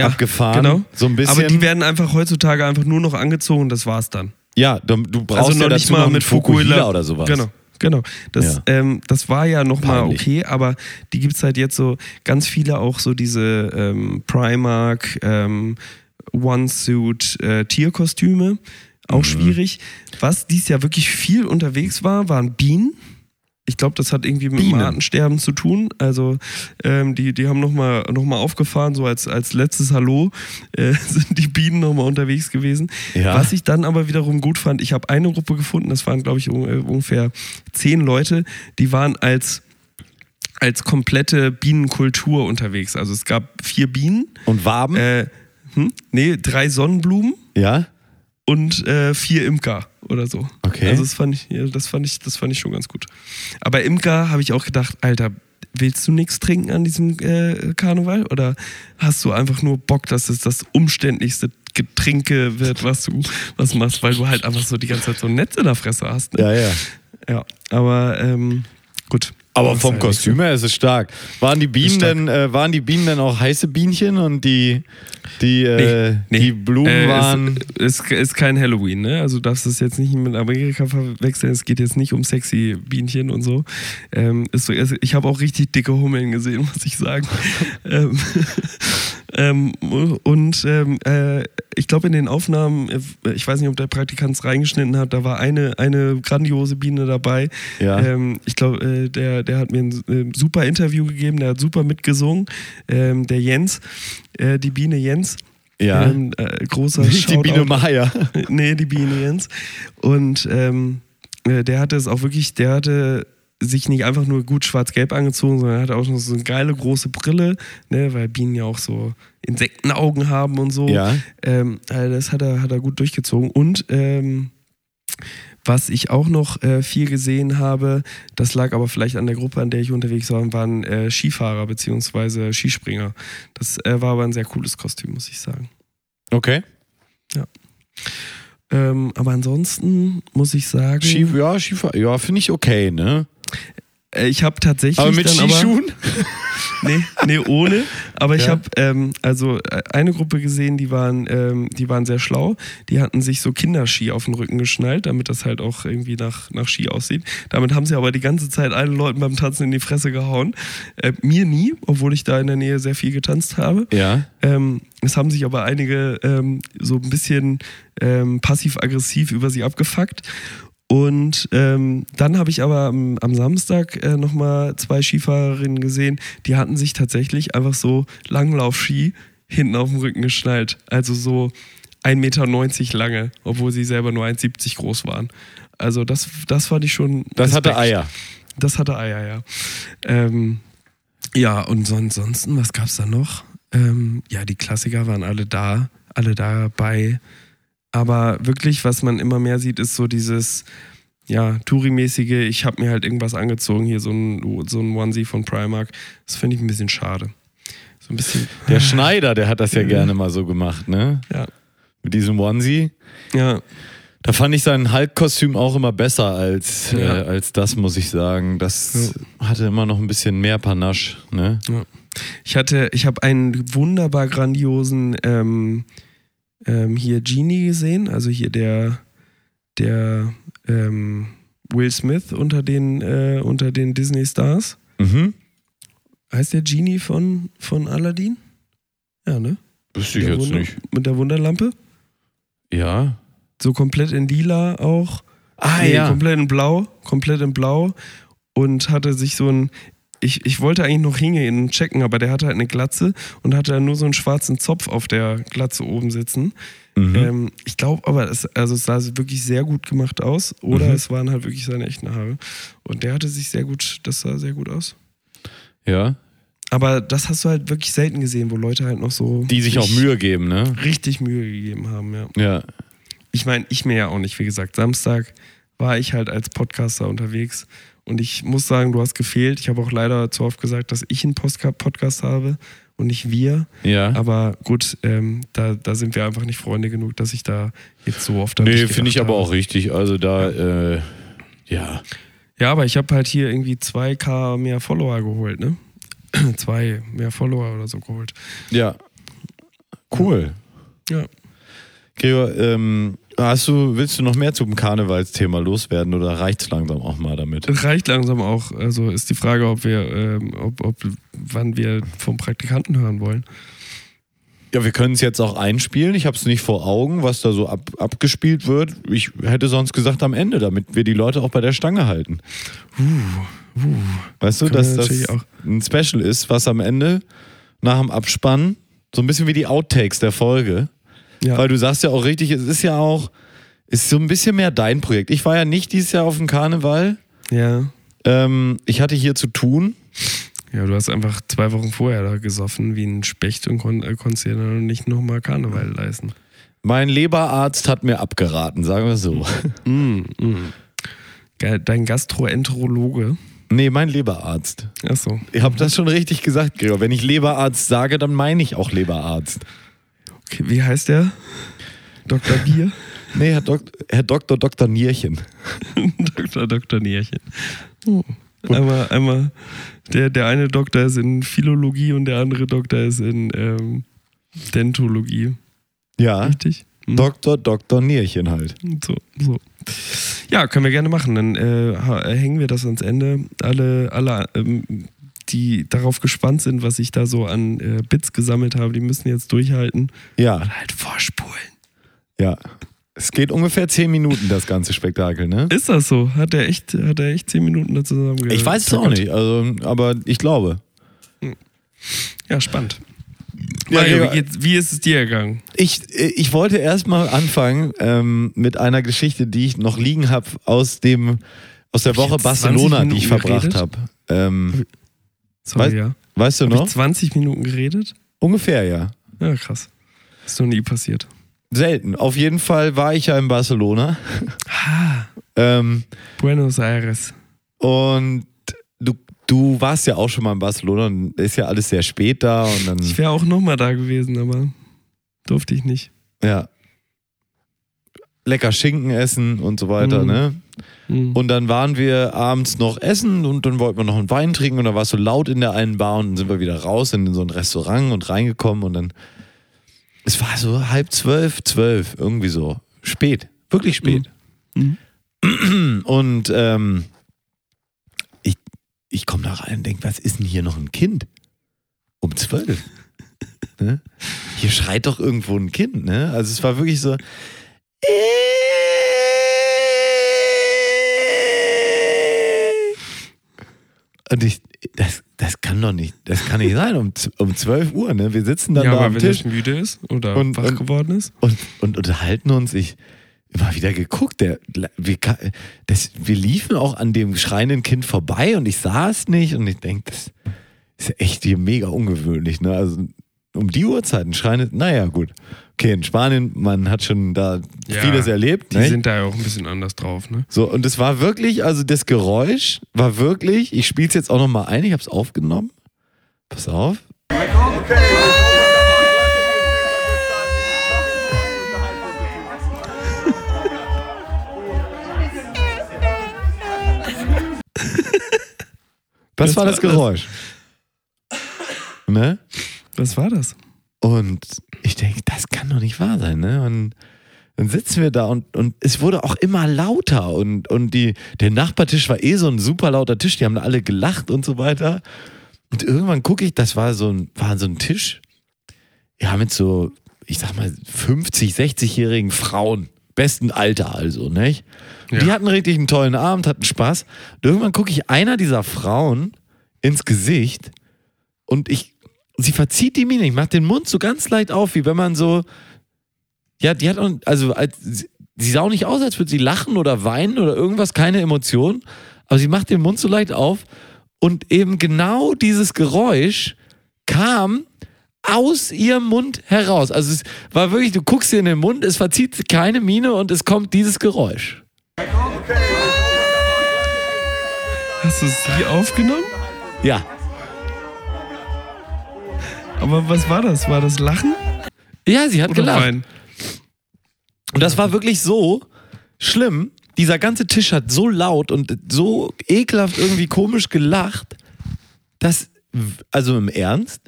Speaker 3: abgefahren.
Speaker 2: Genau.
Speaker 3: So ein bisschen.
Speaker 2: Aber die werden einfach heutzutage einfach nur noch angezogen, das war's dann.
Speaker 3: ja, du, du brauchst
Speaker 2: also
Speaker 3: ja
Speaker 2: noch
Speaker 3: dazu
Speaker 2: nicht mal
Speaker 3: einen
Speaker 2: mit Fukuhila
Speaker 3: oder sowas.
Speaker 2: Genau, genau. Das,
Speaker 3: Ja.
Speaker 2: ähm, das war ja noch mal
Speaker 3: Peinlich.
Speaker 2: okay, aber die gibt es halt jetzt so ganz viele auch so diese ähm, Primark, ähm, One-Suit, äh, Tierkostüme.
Speaker 3: Mhm.
Speaker 2: Auch schwierig. Was dies Jahr wirklich viel unterwegs war, waren Bienen. Ich glaube, das hat irgendwie mit dem
Speaker 3: Bienen.
Speaker 2: Artensterben zu tun. Also ähm, die, die haben nochmal noch mal aufgefahren, so als, als letztes Hallo äh, sind die Bienen nochmal unterwegs gewesen.
Speaker 3: Ja.
Speaker 2: Was ich dann aber wiederum gut fand, ich habe eine Gruppe gefunden, das waren glaube ich un- äh, ungefähr zehn Leute, die waren als als komplette Bienenkultur unterwegs. Also es gab vier Bienen,
Speaker 3: Und Waben?
Speaker 2: äh, hm, nee, drei Sonnenblumen
Speaker 3: ja?
Speaker 2: und äh, vier Imker oder so.
Speaker 3: Okay.
Speaker 2: Also das fand ich, ja, das fand ich, das fand ich schon ganz gut. Aber Imker habe ich auch gedacht, Alter, willst du nichts trinken an diesem äh, Karneval oder hast du einfach nur Bock, dass es das umständlichste Getränke wird, was du was machst, weil du halt einfach so die ganze Zeit so ein Netz in der Fresse hast. Ne?
Speaker 3: Ja, ja.
Speaker 2: Ja. aber ähm, gut.
Speaker 3: Aber
Speaker 2: Das ist halt
Speaker 3: vom
Speaker 2: nicht
Speaker 3: Kostüm her ist es stark. Waren die Bienen
Speaker 2: Ist stark.
Speaker 3: denn, äh, waren die Bienen denn auch heiße Bienchen und die, die, äh,
Speaker 2: Nee, nee.
Speaker 3: die Blumen
Speaker 2: Äh,
Speaker 3: waren.
Speaker 2: Es ist, ist kein Halloween, ne? Also du darfst es jetzt nicht mit Amerika verwechseln. Es geht jetzt nicht um sexy Bienchen und so. Ähm, ist so ist, ich habe auch richtig dicke Hummeln gesehen, muss ich sagen. ähm, ähm, und ähm, äh, ich glaube in den Aufnahmen, äh, ich weiß nicht, ob der Praktikant es reingeschnitten hat, da war eine, eine grandiose Biene dabei.
Speaker 3: Ja.
Speaker 2: Ähm, ich glaube, äh, der, der hat mir ein äh, super Interview gegeben, der hat super mitgesungen, ähm, der Jens, äh, die Biene Jens.
Speaker 3: Ja.
Speaker 2: Ähm, äh, großer
Speaker 3: Nicht die Biene
Speaker 2: Shoutout.
Speaker 3: Maya.
Speaker 2: nee, die Biene Jens. Und ähm, äh, der hatte es auch wirklich, der hatte sich nicht einfach nur gut schwarz-gelb angezogen, sondern er hatte auch noch so eine geile große Brille, ne, weil Bienen ja auch so Insektenaugen haben und so.
Speaker 3: Ja.
Speaker 2: Ähm, also das hat er, hat er gut durchgezogen. Und ähm, was ich auch noch äh, viel gesehen habe, das lag aber vielleicht an der Gruppe, an der ich unterwegs war, waren äh, Skifahrer bzw. Skispringer. Das äh, war aber ein sehr cooles Kostüm, muss ich sagen.
Speaker 3: Okay.
Speaker 2: Ähm, aber ansonsten muss ich sagen,
Speaker 3: Ski, ja, Skifahren. Ja, finde ich okay, ne?
Speaker 2: äh, ich habe tatsächlich
Speaker 3: Aber mit
Speaker 2: dann
Speaker 3: Skischuhen?
Speaker 2: nee, nee, ohne. Aber ich
Speaker 3: Ja.
Speaker 2: habe ähm, also äh, eine Gruppe gesehen, die waren, ähm, die waren sehr schlau. Die hatten sich so Kinderski auf den Rücken geschnallt, damit das halt auch irgendwie nach, nach Ski aussieht. Damit haben sie aber die ganze Zeit allen Leuten beim Tanzen in die Fresse gehauen. Äh, mir nie, obwohl ich da in der Nähe sehr viel getanzt habe.
Speaker 3: Ja.
Speaker 2: Ähm, es haben sich aber einige ähm, so ein bisschen ähm, passiv-aggressiv über sie abgefuckt. Und ähm, dann habe ich aber am, am Samstag äh, nochmal zwei Skifahrerinnen gesehen, die hatten sich tatsächlich einfach so Langlaufski hinten auf dem Rücken geschnallt. Also so 1,90 Meter lange, obwohl sie selber nur 1,70 groß waren. Also das, das fand ich schon.
Speaker 3: Das hatte
Speaker 2: Respekt.
Speaker 3: Eier.
Speaker 2: Das hatte Eier, ja. Ähm, ja, und son- ansonsten, was gab's da noch? Ähm, ja, die Klassiker waren alle da, alle dabei. Aber wirklich, was man immer mehr sieht, ist so dieses, ja, Touri-mäßige, ich habe mir halt irgendwas angezogen, hier so ein, so ein Onesie von Primark. Das finde ich ein bisschen schade. So ein bisschen,
Speaker 3: Der Schneider, der hat das ja gerne mal so gemacht, ne?
Speaker 2: ja.
Speaker 3: Mit diesem Onesie.
Speaker 2: Ja,
Speaker 3: Da fand ich sein Hulk-Kostüm auch immer besser als,
Speaker 2: Ja.
Speaker 3: äh, als das, muss ich sagen. Das hatte immer noch ein bisschen mehr Panache, ne?
Speaker 2: ja. Ich hatte, ich habe einen wunderbar grandiosen ähm, ähm, hier Genie gesehen, also hier der, der ähm, Will Smith unter den, äh, unter den Disney Stars.
Speaker 3: Mhm.
Speaker 2: Heißt der Genie von, von Aladdin? Ja, ne?
Speaker 3: Wüsste ich
Speaker 2: Der
Speaker 3: jetzt
Speaker 2: Wunder-
Speaker 3: nicht.
Speaker 2: Mit der Wunderlampe.
Speaker 3: Ja.
Speaker 2: So komplett in lila auch.
Speaker 3: Ah,
Speaker 2: Nee,
Speaker 3: ja.
Speaker 2: Komplett in blau, komplett in blau und hatte sich so ein. Ich, ich wollte eigentlich noch hingehen und checken, aber der hatte halt eine Glatze und hatte dann nur so einen schwarzen Zopf auf der Glatze oben sitzen.
Speaker 3: Mhm.
Speaker 2: Ähm, ich glaube aber, es, also es sah wirklich sehr gut gemacht aus oder
Speaker 3: Mhm.
Speaker 2: es waren halt wirklich seine echten Haare. Und der hatte sich sehr gut, das sah sehr gut aus.
Speaker 3: Ja.
Speaker 2: Aber das hast du halt wirklich selten gesehen, wo Leute halt noch so.
Speaker 3: Die sich auch
Speaker 2: richtig-
Speaker 3: Mühe geben, ne?
Speaker 2: Richtig Mühe gegeben haben, ja.
Speaker 3: Ja.
Speaker 2: ich meine, ich mir ja auch nicht, wie gesagt, Samstag war ich halt als Podcaster unterwegs und ich muss sagen, du hast gefehlt. Ich habe auch leider zu oft gesagt, dass ich einen Postka- Podcast habe und nicht wir.
Speaker 3: Ja.
Speaker 2: Aber gut, ähm, da, da sind wir einfach nicht Freunde genug, dass ich da jetzt so oft an
Speaker 3: nee,
Speaker 2: dich
Speaker 3: finde ich
Speaker 2: gedacht
Speaker 3: aber
Speaker 2: habe.
Speaker 3: auch richtig. Also da, äh, ja.
Speaker 2: Ja, aber ich habe halt hier irgendwie 2K mehr Follower geholt, ne? Zwei mehr Follower oder so geholt.
Speaker 3: Ja. Cool.
Speaker 2: Ja.
Speaker 3: Gregor, ähm, hast du, willst du noch mehr zum Karnevalsthema loswerden oder reicht's langsam auch mal damit?
Speaker 2: Es reicht langsam auch. Also ist die Frage, ob wir, ähm, ob, ob, wann wir vom Praktikanten hören wollen.
Speaker 3: Ja, wir können es jetzt auch einspielen. Ich habe es nicht vor Augen, was da so ab, abgespielt wird. Ich hätte sonst gesagt am Ende, damit wir die Leute auch bei der Stange halten. weißt du,
Speaker 2: Uh, Können wir
Speaker 3: dass das
Speaker 2: natürlich auch.
Speaker 3: ein Special ist, was am Ende nach dem Abspann so ein bisschen wie die Outtakes der Folge,
Speaker 2: Ja.
Speaker 3: weil du sagst ja auch richtig, es ist ja auch ist so ein bisschen mehr dein Projekt. Ich war ja nicht dieses Jahr auf dem Karneval.
Speaker 2: ja.
Speaker 3: Ähm, ich hatte hier zu tun.
Speaker 2: Ja, du hast einfach zwei Wochen vorher da gesoffen wie ein Specht und kon äh, konntest dir dann nicht nochmal Karneval leisten.
Speaker 3: Mein Leberarzt hat mir abgeraten, sagen wir so.
Speaker 2: Mm, mm. Geil, Dein Gastroenterologe.
Speaker 3: Nee, mein Leberarzt.
Speaker 2: Achso.
Speaker 3: Ihr habt das schon richtig gesagt, Gregor. Wenn ich Leberarzt sage, dann meine ich auch Leberarzt.
Speaker 2: Okay, wie heißt der? Dr. Bier?
Speaker 3: Nee, Herr, Dok Herr Doktor, Dr. Nierchen.
Speaker 2: Dr. Dr. Nierchen. Oh. Einmal, einmal der, der eine Doktor ist in Philologie und der andere Doktor ist in ähm, Dentologie.
Speaker 3: Ja,
Speaker 2: Richtig? Mhm.
Speaker 3: Doktor, Dr. Nierchen halt.
Speaker 2: So, so. äh, Ja, können wir gerne machen. Dann äh, ha- hängen wir das ans Ende. Alle, alle ähm, die darauf gespannt sind, was ich da so an äh, Bits gesammelt habe, die müssen jetzt durchhalten.
Speaker 3: Ja,
Speaker 2: Oder halt vorspulen.
Speaker 3: ja. Es geht ungefähr zehn Minuten, das ganze Spektakel, ne?
Speaker 2: Ist das so? Hat er echt, hat er echt zehn Minuten da zusammen
Speaker 3: Ich weiß es auch nicht, also, aber ich glaube.
Speaker 2: Ja, spannend.
Speaker 3: Ja,
Speaker 2: Mario,
Speaker 3: ja.
Speaker 2: wie, geht's, wie ist es dir ergangen?
Speaker 3: Ich, ich wollte erstmal anfangen ähm, mit einer Geschichte, die ich noch liegen habe aus dem aus der
Speaker 2: Hab ich
Speaker 3: Woche
Speaker 2: jetzt 20
Speaker 3: Barcelona, die ich
Speaker 2: Minuten
Speaker 3: verbracht
Speaker 2: geredet?
Speaker 3: habe. Ähm,
Speaker 2: Sorry,
Speaker 3: Weiß-
Speaker 2: ja.
Speaker 3: weißt du
Speaker 2: Hab
Speaker 3: noch?
Speaker 2: ich 20 Minuten geredet?
Speaker 3: Ungefähr, ja.
Speaker 2: Ja, krass. Ist noch nie passiert.
Speaker 3: Selten. Auf jeden Fall war ich ja in Barcelona.
Speaker 2: Ah,
Speaker 3: Ähm,
Speaker 2: Buenos Aires.
Speaker 3: und du, du warst ja auch schon mal in Barcelona und ist ja alles sehr spät da und dann.
Speaker 2: Ich wäre auch nochmal da gewesen, aber durfte ich nicht.
Speaker 3: Ja. Lecker Schinken essen und so weiter,
Speaker 2: Mhm.
Speaker 3: ne?
Speaker 2: Hm.
Speaker 3: Und dann waren wir abends noch essen und dann wollten wir noch einen Wein trinken und da war es so laut in der einen Bar und dann sind wir wieder raus in so ein Restaurant und reingekommen und dann. Es war so halb zwölf, zwölf, irgendwie so. Spät. Wirklich spät.
Speaker 2: Mhm.
Speaker 3: Und ähm, ich, ich komme da rein und denke, was ist denn hier noch ein Kind? Um zwölf. ne? Hier schreit doch irgendwo ein Kind, ne? Also es war wirklich so. Und ich, das, das kann doch nicht, das kann nicht sein, um, z- um 12 Uhr, ne? Wir sitzen dann
Speaker 2: Ja,
Speaker 3: da
Speaker 2: aber
Speaker 3: am
Speaker 2: wenn
Speaker 3: Tisch
Speaker 2: er müde ist oder
Speaker 3: Und-
Speaker 2: wach
Speaker 3: und-
Speaker 2: geworden ist.
Speaker 3: und, und unterhalten uns. Ich immer wieder geguckt. Der, wir, ka- das, wir liefen auch an dem schreienden Kind vorbei und ich sah es nicht und ich denke, das ist echt hier mega ungewöhnlich. Ne? Also um die Uhrzeit ein schreiendes, naja gut. Okay, in Spanien, man hat schon da
Speaker 2: Ja,
Speaker 3: vieles erlebt.
Speaker 2: Die
Speaker 3: ne?
Speaker 2: sind da ja auch ein bisschen anders drauf, ne?
Speaker 3: So, und es war wirklich, also das Geräusch war wirklich, ich spiele es jetzt auch nochmal ein, ich habe es aufgenommen. Pass auf. Das,
Speaker 2: war
Speaker 3: war das
Speaker 2: das.
Speaker 3: Geräusch. Ne?
Speaker 2: Was war das?
Speaker 3: Und ich denke, das kann doch nicht wahr sein, ne? Und dann sitzen wir da und, und es wurde auch immer lauter und, und die, der Nachbartisch war eh so ein super lauter Tisch, die haben da alle gelacht und so weiter. Und irgendwann gucke ich, das war so ein, war so ein Tisch, ja, mit so, ich sag mal, 50, 60-jährigen Frauen, besten Alter also, nicht? Und Die
Speaker 2: Ja.
Speaker 3: hatten richtig einen tollen Abend, hatten Spaß. Und irgendwann gucke ich einer dieser Frauen ins Gesicht und ich, sie verzieht die Miene, ich mache den Mund so ganz leicht auf, wie wenn man so, ja, die hat, auch- also, als, sie- sie sah auch nicht aus, als würde sie lachen oder weinen oder irgendwas, keine Emotion, aber sie macht den Mund so leicht auf und eben genau dieses Geräusch kam aus ihrem Mund heraus. Also es war wirklich, du guckst dir in den Mund, es verzieht keine Miene und es kommt dieses Geräusch.
Speaker 2: Hast du sie aufgenommen?
Speaker 3: Ja.
Speaker 2: Aber was war das? War das Lachen
Speaker 3: Ja, sie hat
Speaker 2: oder
Speaker 3: gelacht.
Speaker 2: Weinen?
Speaker 3: Und das war wirklich so schlimm. Dieser ganze Tisch hat so laut und so ekelhaft irgendwie komisch gelacht, dass, also im Ernst,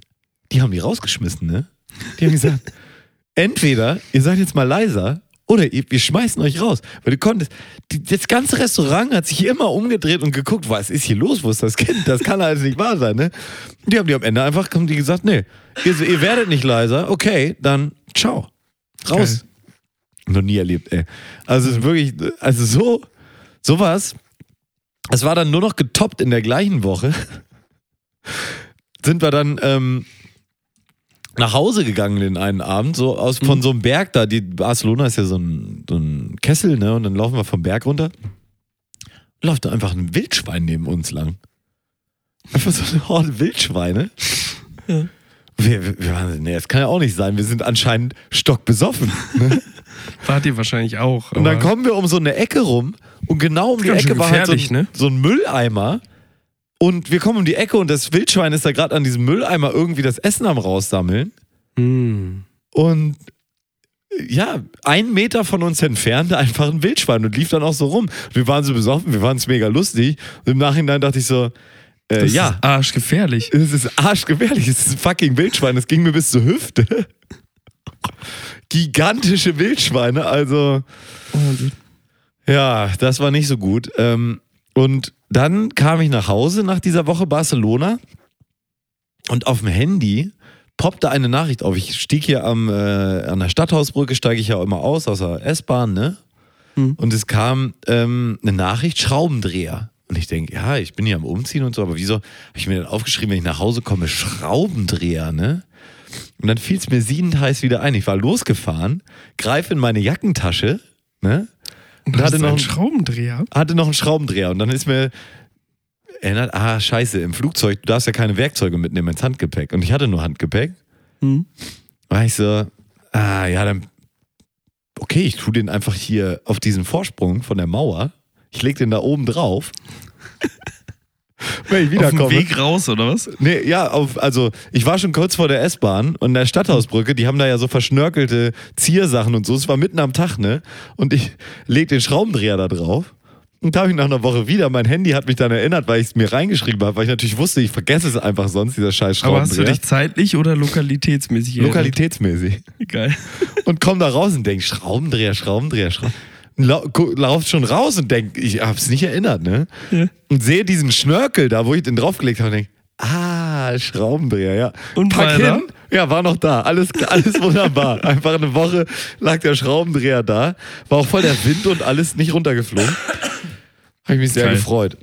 Speaker 3: die haben die rausgeschmissen, ne? Die haben gesagt, entweder ihr seid jetzt mal leiser oder ihr, wir schmeißen euch raus. Weil du konntest, die, das ganze Restaurant hat sich immer umgedreht und geguckt, was ist hier los, wo ist das Kind? Das kann alles nicht wahr sein, ne? Und die haben die am Ende einfach haben die gesagt, nee, ihr, ihr werdet nicht leiser, okay, dann ciao. Raus.
Speaker 2: Geil.
Speaker 3: Noch nie erlebt, ey. Also es ist wirklich, also so, sowas. Es war dann nur noch getoppt in der gleichen Woche. Sind wir dann ähm, nach Hause gegangen den einen Abend, so aus, von so einem Berg da. Die Barcelona ist ja so ein, so ein Kessel, ne? Und dann laufen wir vom Berg runter. Läuft da einfach ein Wildschwein neben uns lang. Einfach so eine Horde Wildschweine.
Speaker 2: Ja.
Speaker 3: Wir, wir- wir waren, so, nee, das kann ja auch nicht sein. Wir sind anscheinend stockbesoffen.
Speaker 2: Wart ihr wahrscheinlich auch.
Speaker 3: Und dann
Speaker 2: aber-
Speaker 3: kommen wir um so eine Ecke rum und genau um die
Speaker 2: ganz
Speaker 3: Ecke
Speaker 2: schön
Speaker 3: war halt so ein,
Speaker 2: gefährlich, ne?
Speaker 3: so ein Mülleimer. Und wir kommen um die Ecke und das Wildschwein ist da gerade an diesem Mülleimer irgendwie das Essen am raussammeln.
Speaker 2: Hm.
Speaker 3: Und ja, ein Meter von uns entfernt einfach ein Wildschwein und lief dann auch so rum. Wir waren so besoffen, wir fanden es mega lustig. Und im Nachhinein dachte ich so, äh,
Speaker 2: Das
Speaker 3: ja,
Speaker 2: ist arschgefährlich.
Speaker 3: es ist arschgefährlich. Es ist ein fucking Wildschwein. Das ging mir bis zur Hüfte. Gigantische Wildschweine. Also,
Speaker 2: Wahnsinn.
Speaker 3: ja, das war nicht so gut. Ähm, und dann kam ich nach Hause nach dieser Woche Barcelona Und auf dem Handy poppte eine Nachricht auf. Ich stieg hier am, äh, an der Stadthausbrücke, steige ich ja immer aus, aus der S-Bahn, ne?
Speaker 2: Hm.
Speaker 3: Und es kam ähm, eine Nachricht, Schraubendreher. Und ich denke, ja, ich bin hier am Umziehen und so, aber wieso habe ich mir dann aufgeschrieben, wenn ich nach Hause komme, Schraubendreher, ne? Und dann fiel es mir siedend heiß wieder ein. Ich war losgefahren, greife in meine Jackentasche, ne? Und
Speaker 2: Du hast
Speaker 3: hatte noch,
Speaker 2: einen
Speaker 3: einen-
Speaker 2: Schraubendreher.
Speaker 3: hatte noch einen Schraubendreher. Und dann ist mir erinnert, ah, scheiße, im Flugzeug, du darfst ja keine Werkzeuge mitnehmen ins Handgepäck. Und ich hatte nur Handgepäck.
Speaker 2: Hm.
Speaker 3: War ich so, ah, ja, dann, okay, ich tue den einfach hier auf diesen Vorsprung von der Mauer. Ich lege den da oben drauf. Wenn ich
Speaker 2: Auf dem
Speaker 3: wiederkomme.
Speaker 2: Weg raus, oder was?
Speaker 3: Nee, ja, auf, also ich war schon kurz vor der S-Bahn und der Stadthausbrücke, die haben da ja so verschnörkelte Ziersachen und so. Es war mitten am Tag, ne? Und ich leg den Schraubendreher da drauf. Und da habe ich nach einer Woche wieder, mein Handy hat mich dann erinnert, weil ich es mir reingeschrieben habe, weil ich natürlich wusste, ich vergesse es einfach sonst, dieser scheiß
Speaker 2: Aber
Speaker 3: Schraubendreher.
Speaker 2: hast du dich zeitlich oder lokalitätsmäßig erinnert?
Speaker 3: lokalitätsmäßig.
Speaker 2: Geil.
Speaker 3: Und komm da raus und denk, Schraubendreher, Schraubendreher, Schraubendreher. Lau gu- lauf schon raus und denk, ich hab's nicht erinnert, ne? Und sehe diesen Schnörkel da, wo ich den draufgelegt habe und denk, ah, Schraubendreher, ja.
Speaker 2: Und war er
Speaker 3: Ja, war noch da. Alles, alles wunderbar. Einfach eine Woche lag der Schraubendreher da. War auch voll der Wind und alles nicht runtergeflogen. Habe ich mich sehr
Speaker 2: Geil.
Speaker 3: gefreut.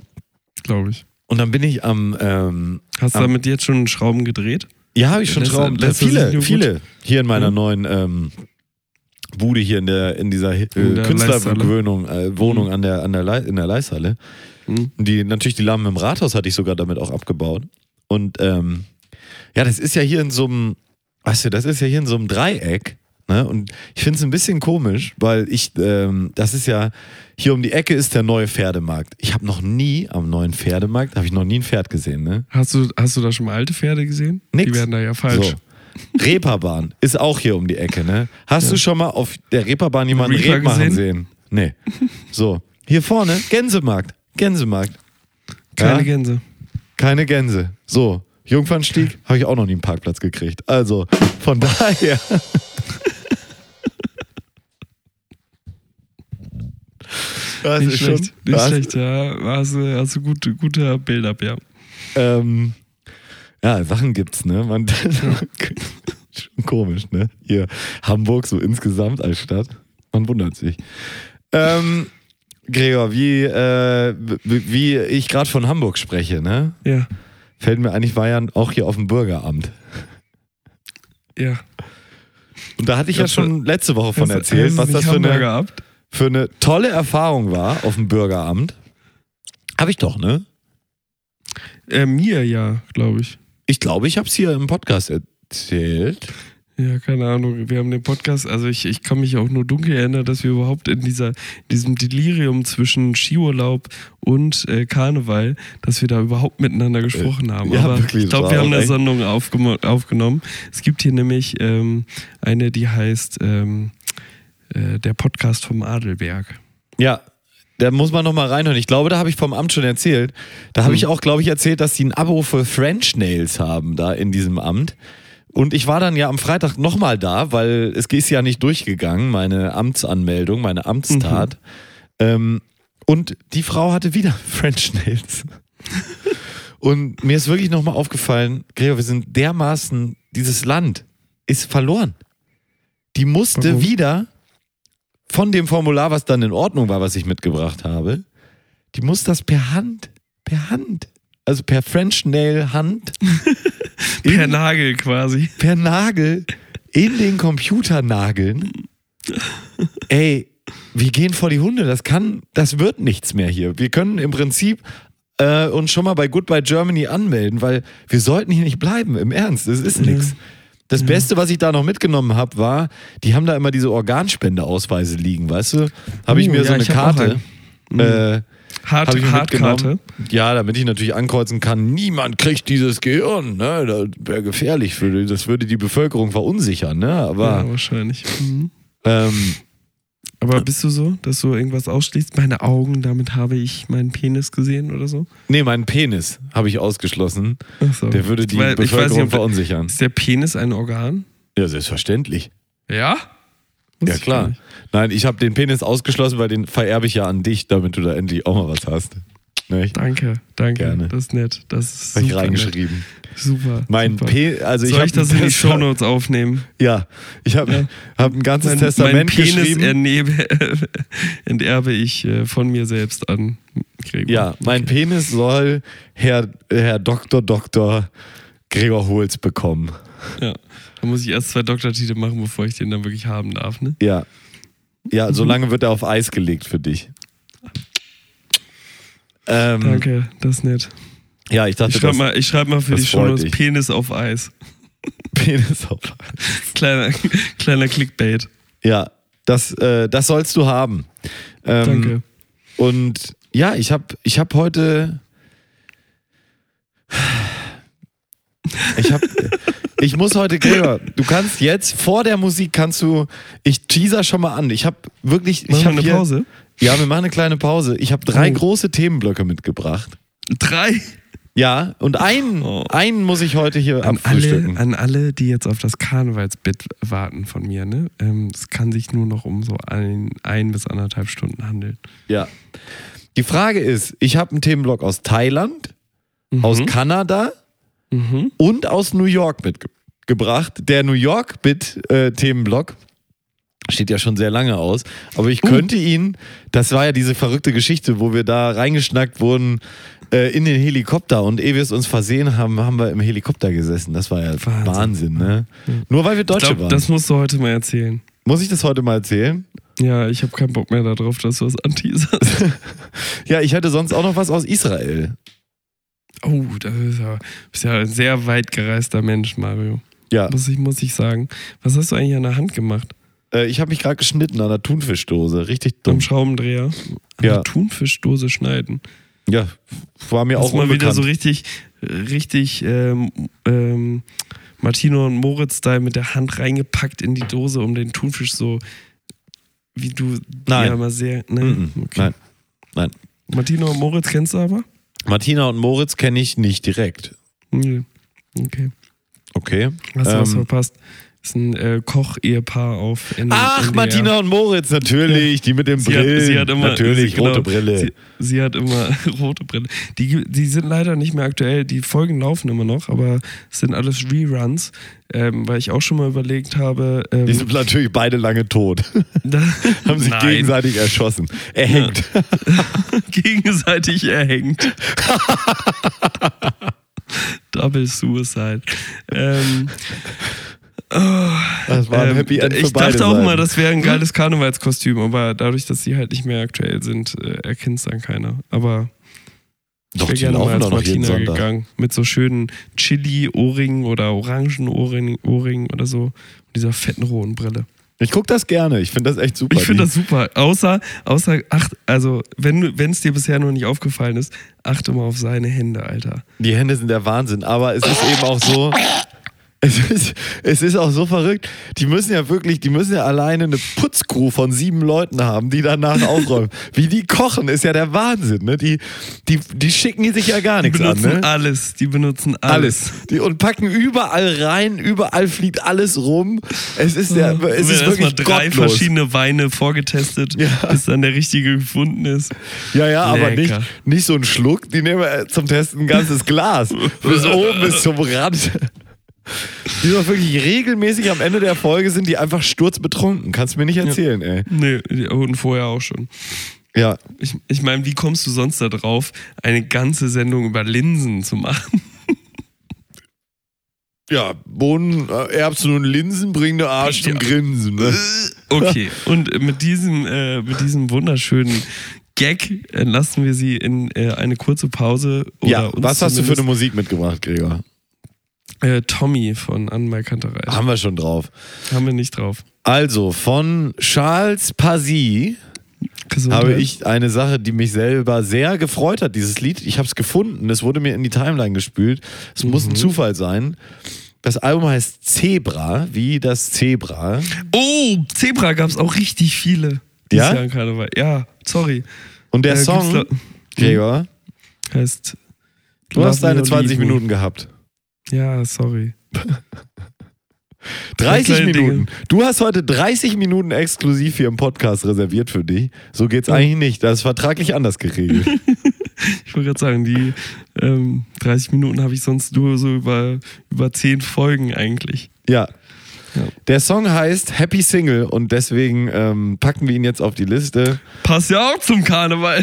Speaker 2: Glaube ich.
Speaker 3: Und dann bin ich am, ähm,
Speaker 2: Hast du
Speaker 3: Am-
Speaker 2: damit jetzt schon Schrauben gedreht?
Speaker 3: ja, habe ich schon
Speaker 2: Lässt-
Speaker 3: Schrauben.
Speaker 2: lässt es sich
Speaker 3: viele,
Speaker 2: nur gut.
Speaker 3: viele. Hier in meiner
Speaker 2: Ja.
Speaker 3: neuen ähm, Bude hier in der in dieser äh,
Speaker 2: In der
Speaker 3: Künstlerwohnung äh, Wohnung an der an der Lei- in der Leishalle.
Speaker 2: Mhm.
Speaker 3: Die natürlich die Lahmen im Rathaus hatte ich sogar damit auch abgebaut. Und ähm, ja, das ist ja hier in so einem, weißt du, das ist ja hier in so einem Dreieck. Ne? Und ich finde es ein bisschen komisch, weil ich, ähm, das ist ja, hier um die Ecke ist der neue Pferdemarkt. Ich habe noch nie am neuen Pferdemarkt, habe ich noch nie ein Pferd gesehen. Ne?
Speaker 2: Hast du, hast du da schon mal alte Pferde gesehen?
Speaker 3: Nix.
Speaker 2: Die werden da ja falsch.
Speaker 3: So. Reeperbahn ist auch hier um die Ecke, ne? Hast du schon mal auf der Reeperbahn jemanden
Speaker 2: Reeper
Speaker 3: Reep machen
Speaker 2: gesehen?
Speaker 3: sehen? Nee. So, hier vorne, Gänsemarkt. Gänsemarkt.
Speaker 2: Keine
Speaker 3: Ja?
Speaker 2: Gänse.
Speaker 3: Keine Gänse. So, Jungfernstieg habe ich auch noch nie einen Parkplatz gekriegt. Also, von daher. Das
Speaker 2: nicht
Speaker 3: ist schon-
Speaker 2: schlecht. Also nicht
Speaker 3: das-
Speaker 2: schlecht, ja. Hast du hast du gute, guter Build-up, ja.
Speaker 3: ähm, ja, Sachen gibt's, ne? Man, schon komisch, ne? Hier Hamburg so insgesamt als Stadt. Man wundert sich. Ähm, Gregor, wie, äh, wie wie ich gerade von Hamburg spreche, ne?
Speaker 2: Ja,
Speaker 3: Fällt mir ein, ich war ja auch hier auf dem Bürgeramt.
Speaker 2: ja. Also,
Speaker 3: Und da hatte ich ja
Speaker 2: Hast du-
Speaker 3: schon letzte Woche von
Speaker 2: Hast du-
Speaker 3: erzählt,
Speaker 2: hast du
Speaker 3: was
Speaker 2: nicht
Speaker 3: das für
Speaker 2: Hamburger
Speaker 3: eine,
Speaker 2: gehabt?
Speaker 3: für eine tolle Erfahrung war auf dem Bürgeramt. Hab ich doch, ne?
Speaker 2: Äh, mir ja, glaube ich.
Speaker 3: Ich glaube, ich hab's hier im Podcast erzählt.
Speaker 2: Ja, keine Ahnung. Wir haben den Podcast, also ich, ich kann mich auch nur dunkel erinnern, dass wir überhaupt in dieser, diesem Delirium zwischen Skiurlaub und äh, Karneval, dass wir da überhaupt miteinander gesprochen haben.
Speaker 3: Äh, ja,
Speaker 2: Aber
Speaker 3: wirklich,
Speaker 2: ich glaube,
Speaker 3: das
Speaker 2: wir
Speaker 3: war
Speaker 2: haben
Speaker 3: auch
Speaker 2: eine
Speaker 3: echt-
Speaker 2: Sendung aufgemo- aufgenommen. Es gibt hier nämlich ähm, eine, die heißt ähm, äh, Der Podcast vom Adelberg.
Speaker 3: Ja, da muss man nochmal reinhören. Ich glaube, da habe ich vom Amt schon erzählt. Da habe ich auch, glaube ich, erzählt, dass sie ein Abo für French Nails haben da in diesem Amt. Und ich war dann ja am Freitag nochmal da, weil es ist ja nicht durchgegangen, meine Amtsanmeldung, meine Amtstat. Ähm, und die Frau hatte wieder French Nails. und mir ist wirklich nochmal aufgefallen, Gregor, wir sind dermaßen, dieses Land ist verloren. Die musste
Speaker 2: Warum?
Speaker 3: wieder von dem Formular, was dann in Ordnung war, was ich mitgebracht habe, die muss das per Hand, per Hand, also per French Nail Hand,
Speaker 2: Per
Speaker 3: in,
Speaker 2: Nagel quasi.
Speaker 3: per Nagel in den Computer nageln. Ey, wir gehen vor die Hunde. Das kann, das wird nichts mehr hier. Wir können im Prinzip äh, uns schon mal bei Goodbye Germany anmelden, weil wir sollten hier nicht bleiben. Im Ernst, es ist nichts. Das Beste, was ich da noch mitgenommen habe, war, die haben da immer diese Organspendeausweise liegen, weißt du? Habe ich
Speaker 2: Oh,
Speaker 3: mir so
Speaker 2: ja,
Speaker 3: eine
Speaker 2: ich hab auch Mhm.
Speaker 3: Karte. Äh,
Speaker 2: Hart,
Speaker 3: habe ich mir
Speaker 2: Hartkarte.
Speaker 3: mitgenommen. Ja, damit ich natürlich ankreuzen kann, niemand kriegt dieses Gehirn. Ne? Das wäre gefährlich. Für, die- das würde die Bevölkerung verunsichern. Ne?
Speaker 2: Ja,
Speaker 3: Aber
Speaker 2: wahrscheinlich. Mhm.
Speaker 3: ähm,
Speaker 2: Aber bist du so, dass du irgendwas ausschließt? Meine Augen, damit habe ich meinen Penis gesehen oder so?
Speaker 3: nee, meinen Penis habe ich ausgeschlossen.
Speaker 2: Ach so.
Speaker 3: Der würde die
Speaker 2: Weil ich weiß
Speaker 3: Bevölkerung
Speaker 2: nicht, ob-
Speaker 3: verunsichern.
Speaker 2: Ist der Penis ein Organ?
Speaker 3: Ja, selbstverständlich.
Speaker 2: Ja?
Speaker 3: Ja, klar. Nein, ich habe den Penis ausgeschlossen, weil den vererbe ich ja an dich, damit du da endlich auch mal was hast. Nicht?
Speaker 2: Danke, danke.
Speaker 3: Gerne.
Speaker 2: Das ist nett. Das ist
Speaker 3: Hab ich
Speaker 2: super
Speaker 3: reingeschrieben.
Speaker 2: Nett. Super.
Speaker 3: Mein
Speaker 2: super.
Speaker 3: P, also ich
Speaker 2: Soll
Speaker 3: hab
Speaker 2: ich das
Speaker 3: ein
Speaker 2: in die
Speaker 3: Testa-
Speaker 2: Shownotes aufnehmen?
Speaker 3: Ja, ich habe
Speaker 2: Ja.
Speaker 3: hab ein ganzes
Speaker 2: Mein, mein
Speaker 3: Testament
Speaker 2: Penis
Speaker 3: geschrieben.
Speaker 2: ernebe, enterbe ich äh, von mir selbst an. Gregor.
Speaker 3: ja, mein Penis soll Herr, Herr Dr. Dr. Gregor Holz bekommen.
Speaker 2: Ja. Da muss ich erst zwei Doktortitel machen, bevor ich den dann wirklich haben darf, ne?
Speaker 3: Ja.
Speaker 2: Mhm.
Speaker 3: Ja, solange wird er auf Eis gelegt für dich. Ähm,
Speaker 2: Danke, das ist nett.
Speaker 3: Ja, ich dachte,
Speaker 2: Ich schreibe
Speaker 3: das
Speaker 2: mal, ich schreib mal für
Speaker 3: das
Speaker 2: die
Speaker 3: freut
Speaker 2: Shownotes
Speaker 3: dich.
Speaker 2: Penis auf Eis.
Speaker 3: Penis auf Eis.
Speaker 2: Kleiner, kleiner Clickbait.
Speaker 3: Ja, das, äh, das sollst du haben. Ähm,
Speaker 2: Danke.
Speaker 3: Und ja, ich habe ich hab heute. Ich hab. ich muss heute, Gregor, du kannst jetzt vor der Musik kannst du. Ich teaser schon mal an. Ich habe wirklich.
Speaker 2: Machen
Speaker 3: ich
Speaker 2: wir
Speaker 3: hab
Speaker 2: eine
Speaker 3: hier,
Speaker 2: Pause?
Speaker 3: Ja, wir machen eine kleine Pause. Ich habe drei
Speaker 2: Oh.
Speaker 3: große Themenblöcke mitgebracht.
Speaker 2: Drei.
Speaker 3: Ja, und einen,
Speaker 2: Oh.
Speaker 3: einen muss ich heute hier
Speaker 2: An alle,
Speaker 3: abfrühstücken.
Speaker 2: an alle, die jetzt auf das Karnevalsbit warten von mir, ne? Ähm, Es kann sich nur noch um so ein, ein bis anderthalb Stunden handeln.
Speaker 3: Ja. Die Frage ist: Ich habe einen Themenblock aus Thailand, aus Kanada,
Speaker 2: Mhm.
Speaker 3: und aus New York mitgebracht. Der New York-Bit-Themenblock steht ja schon sehr lange aus, aber
Speaker 2: Uh.
Speaker 3: ich könnte ihn, das war ja diese verrückte Geschichte, wo wir da reingeschnackt wurden äh, in den Helikopter und ehe wir es uns versehen haben, haben wir im Helikopter gesessen. Das war ja Wahnsinn,
Speaker 2: Wahnsinn. Hm.
Speaker 3: ne? Nur weil wir
Speaker 2: Ich
Speaker 3: Deutsche
Speaker 2: glaub,
Speaker 3: waren.
Speaker 2: das musst du heute mal erzählen.
Speaker 3: Muss ich das heute mal erzählen?
Speaker 2: Ja, ich habe keinen Bock mehr darauf, dass du das anteaserst.
Speaker 3: Ja, ich hatte sonst auch noch was aus Israel.
Speaker 2: Oh, das ist ja, bist ja ein sehr weit gereister Mensch, Mario.
Speaker 3: Ja,
Speaker 2: Muss ich, muss ich sagen. Was hast du eigentlich an der Hand gemacht?
Speaker 3: äh, ich habe mich gerade geschnitten an der Thunfischdose. Richtig
Speaker 2: Am
Speaker 3: dumm.
Speaker 2: Schraubendreher?
Speaker 3: Ähm, Ja.
Speaker 2: Eine Thunfischdose schneiden.
Speaker 3: Ja, war mir
Speaker 2: Auch
Speaker 3: auch
Speaker 2: mal
Speaker 3: unbekannt.
Speaker 2: wieder so richtig, äh, richtig ähm, ähm, Martino und Moritz-Style mit der Hand reingepackt in die Dose, um den Thunfisch so, wie du
Speaker 3: Nein.
Speaker 2: ja immer sehr. Ne?
Speaker 3: Mhm. Nein. Nein.
Speaker 2: Martino und Moritz kennst du aber?
Speaker 3: Martina und Moritz kenne ich nicht direkt.
Speaker 2: Nee. Okay.
Speaker 3: Okay.
Speaker 2: Hast du was
Speaker 3: Ähm,
Speaker 2: verpasst? Ist ein äh, Koch-Ehepaar auf N
Speaker 3: Ach,
Speaker 2: NDR.
Speaker 3: Martina und Moritz, natürlich, die mit dem
Speaker 2: Sie hat,
Speaker 3: Brillen.
Speaker 2: sie hat immer
Speaker 3: natürlich,
Speaker 2: sie, genau,
Speaker 3: rote Brille.
Speaker 2: Sie, sie hat immer rote Brille. Die, gi- die sind leider nicht mehr aktuell. Die Folgen laufen immer noch, aber es sind alles Reruns, ähm, weil ich auch schon mal überlegt habe. Ähm,
Speaker 3: die sind natürlich beide lange tot.
Speaker 2: da,
Speaker 3: Haben sich
Speaker 2: Nein,
Speaker 3: gegenseitig erschossen. Erhängt.
Speaker 2: gegenseitig erhängt. Double Suicide. Ähm,
Speaker 3: Das war ein
Speaker 2: ähm,
Speaker 3: Happy End für
Speaker 2: ich
Speaker 3: beide
Speaker 2: dachte auch
Speaker 3: Seiten.
Speaker 2: mal, das wäre ein geiles Karnevalskostüm, aber dadurch, dass sie halt nicht mehr aktuell sind, äh, erkennt es dann keiner. Aber
Speaker 3: Doch,
Speaker 2: ich
Speaker 3: die
Speaker 2: wäre gerne mal
Speaker 3: laufen
Speaker 2: als
Speaker 3: doch noch jeden
Speaker 2: Martina
Speaker 3: Sonntag.
Speaker 2: gegangen. Mit so schönen Chili-Ohrringen oder Orangen-Ohrringen Ohrringen oder so. Und dieser fetten roten Brille.
Speaker 3: Ich gucke das gerne. Ich finde das echt super.
Speaker 2: Ich finde
Speaker 3: Die-
Speaker 2: das super. Außer, außer ach, also, wenn es dir bisher noch nicht aufgefallen ist, achte mal auf seine Hände, Alter.
Speaker 3: Die Hände sind der Wahnsinn, aber es ist eben auch so. Es ist, es ist auch so verrückt. Die müssen ja wirklich, die müssen ja alleine eine Putzcrew von sieben Leuten haben, die danach aufräumen. Wie die kochen, ist ja der Wahnsinn. Ne? Die, die, die schicken sich ja gar
Speaker 2: Die
Speaker 3: nichts an.
Speaker 2: benutzen
Speaker 3: Ne?
Speaker 2: alles. Die benutzen alles.
Speaker 3: Alles. Die, und packen überall rein, überall fliegt alles rum. Es ist, der, es ist
Speaker 2: werden erstmal
Speaker 3: wirklich
Speaker 2: drei
Speaker 3: gottlos.
Speaker 2: verschiedene Weine vorgetestet,
Speaker 3: Ja.
Speaker 2: bis dann der richtige gefunden ist.
Speaker 3: Ja, ja, aber nicht,
Speaker 2: Lecker.
Speaker 3: nicht so ein Schluck. Die nehmen äh, zum Testen ein ganzes Glas. bis oben bis zum Rand. Die sind auch wirklich regelmäßig am Ende der Folge sind die einfach sturzbetrunken. Kannst du mir nicht erzählen, ey.
Speaker 2: Nee, und vorher auch schon.
Speaker 3: Ja.
Speaker 2: Ich, ich meine, wie kommst du sonst da drauf, eine ganze Sendung über Linsen zu machen?
Speaker 3: Ja, Bohnen, äh, Erbsen und Linsen bringen den Arsch zum
Speaker 2: Ja.
Speaker 3: Grinsen. Ne?
Speaker 2: Äh, Okay, und mit diesem, äh, mit diesem wunderschönen Gag entlassen wir sie in äh, eine kurze Pause. Oder
Speaker 3: Ja,
Speaker 2: uns
Speaker 3: was hast du für eine
Speaker 2: zumindest,
Speaker 3: Musik mitgebracht, Gregor?
Speaker 2: äh, Tommy von Anmal Kanterei.
Speaker 3: Haben wir schon drauf.
Speaker 2: Haben wir nicht drauf.
Speaker 3: Also, von Charles Pazzi
Speaker 2: Gesundheit.
Speaker 3: habe ich eine Sache, die mich selber sehr gefreut hat, dieses Lied. Ich habe es gefunden, es wurde mir in die Timeline gespült. Es
Speaker 2: Mhm.
Speaker 3: muss ein Zufall sein. Das Album heißt Zebra, wie das Zebra.
Speaker 2: Oh, Zebra gab es auch richtig viele.
Speaker 3: Ja?
Speaker 2: Jahr an Karneval. Ja, sorry.
Speaker 3: Und der
Speaker 2: Äh,
Speaker 3: Song,
Speaker 2: gibt's
Speaker 3: Gregor,
Speaker 2: da- heißt.
Speaker 3: du hast
Speaker 2: Love Me
Speaker 3: deine
Speaker 2: or
Speaker 3: 20
Speaker 2: Leave Me.
Speaker 3: Minuten gehabt.
Speaker 2: Ja, sorry.
Speaker 3: 30
Speaker 2: kleine Dinge.
Speaker 3: Minuten. Du hast heute 30 Minuten exklusiv hier im Podcast reserviert für dich. So geht's eigentlich nicht. Das ist vertraglich anders geregelt.
Speaker 2: Ich wollte gerade sagen, die ähm, 30 Minuten habe ich sonst nur so über, über 10 Folgen eigentlich.
Speaker 3: Ja.
Speaker 2: Ja.
Speaker 3: Der Song heißt Happy Single und deswegen ähm, packen wir ihn jetzt auf die Liste,
Speaker 2: Passt ja auch zum Karneval.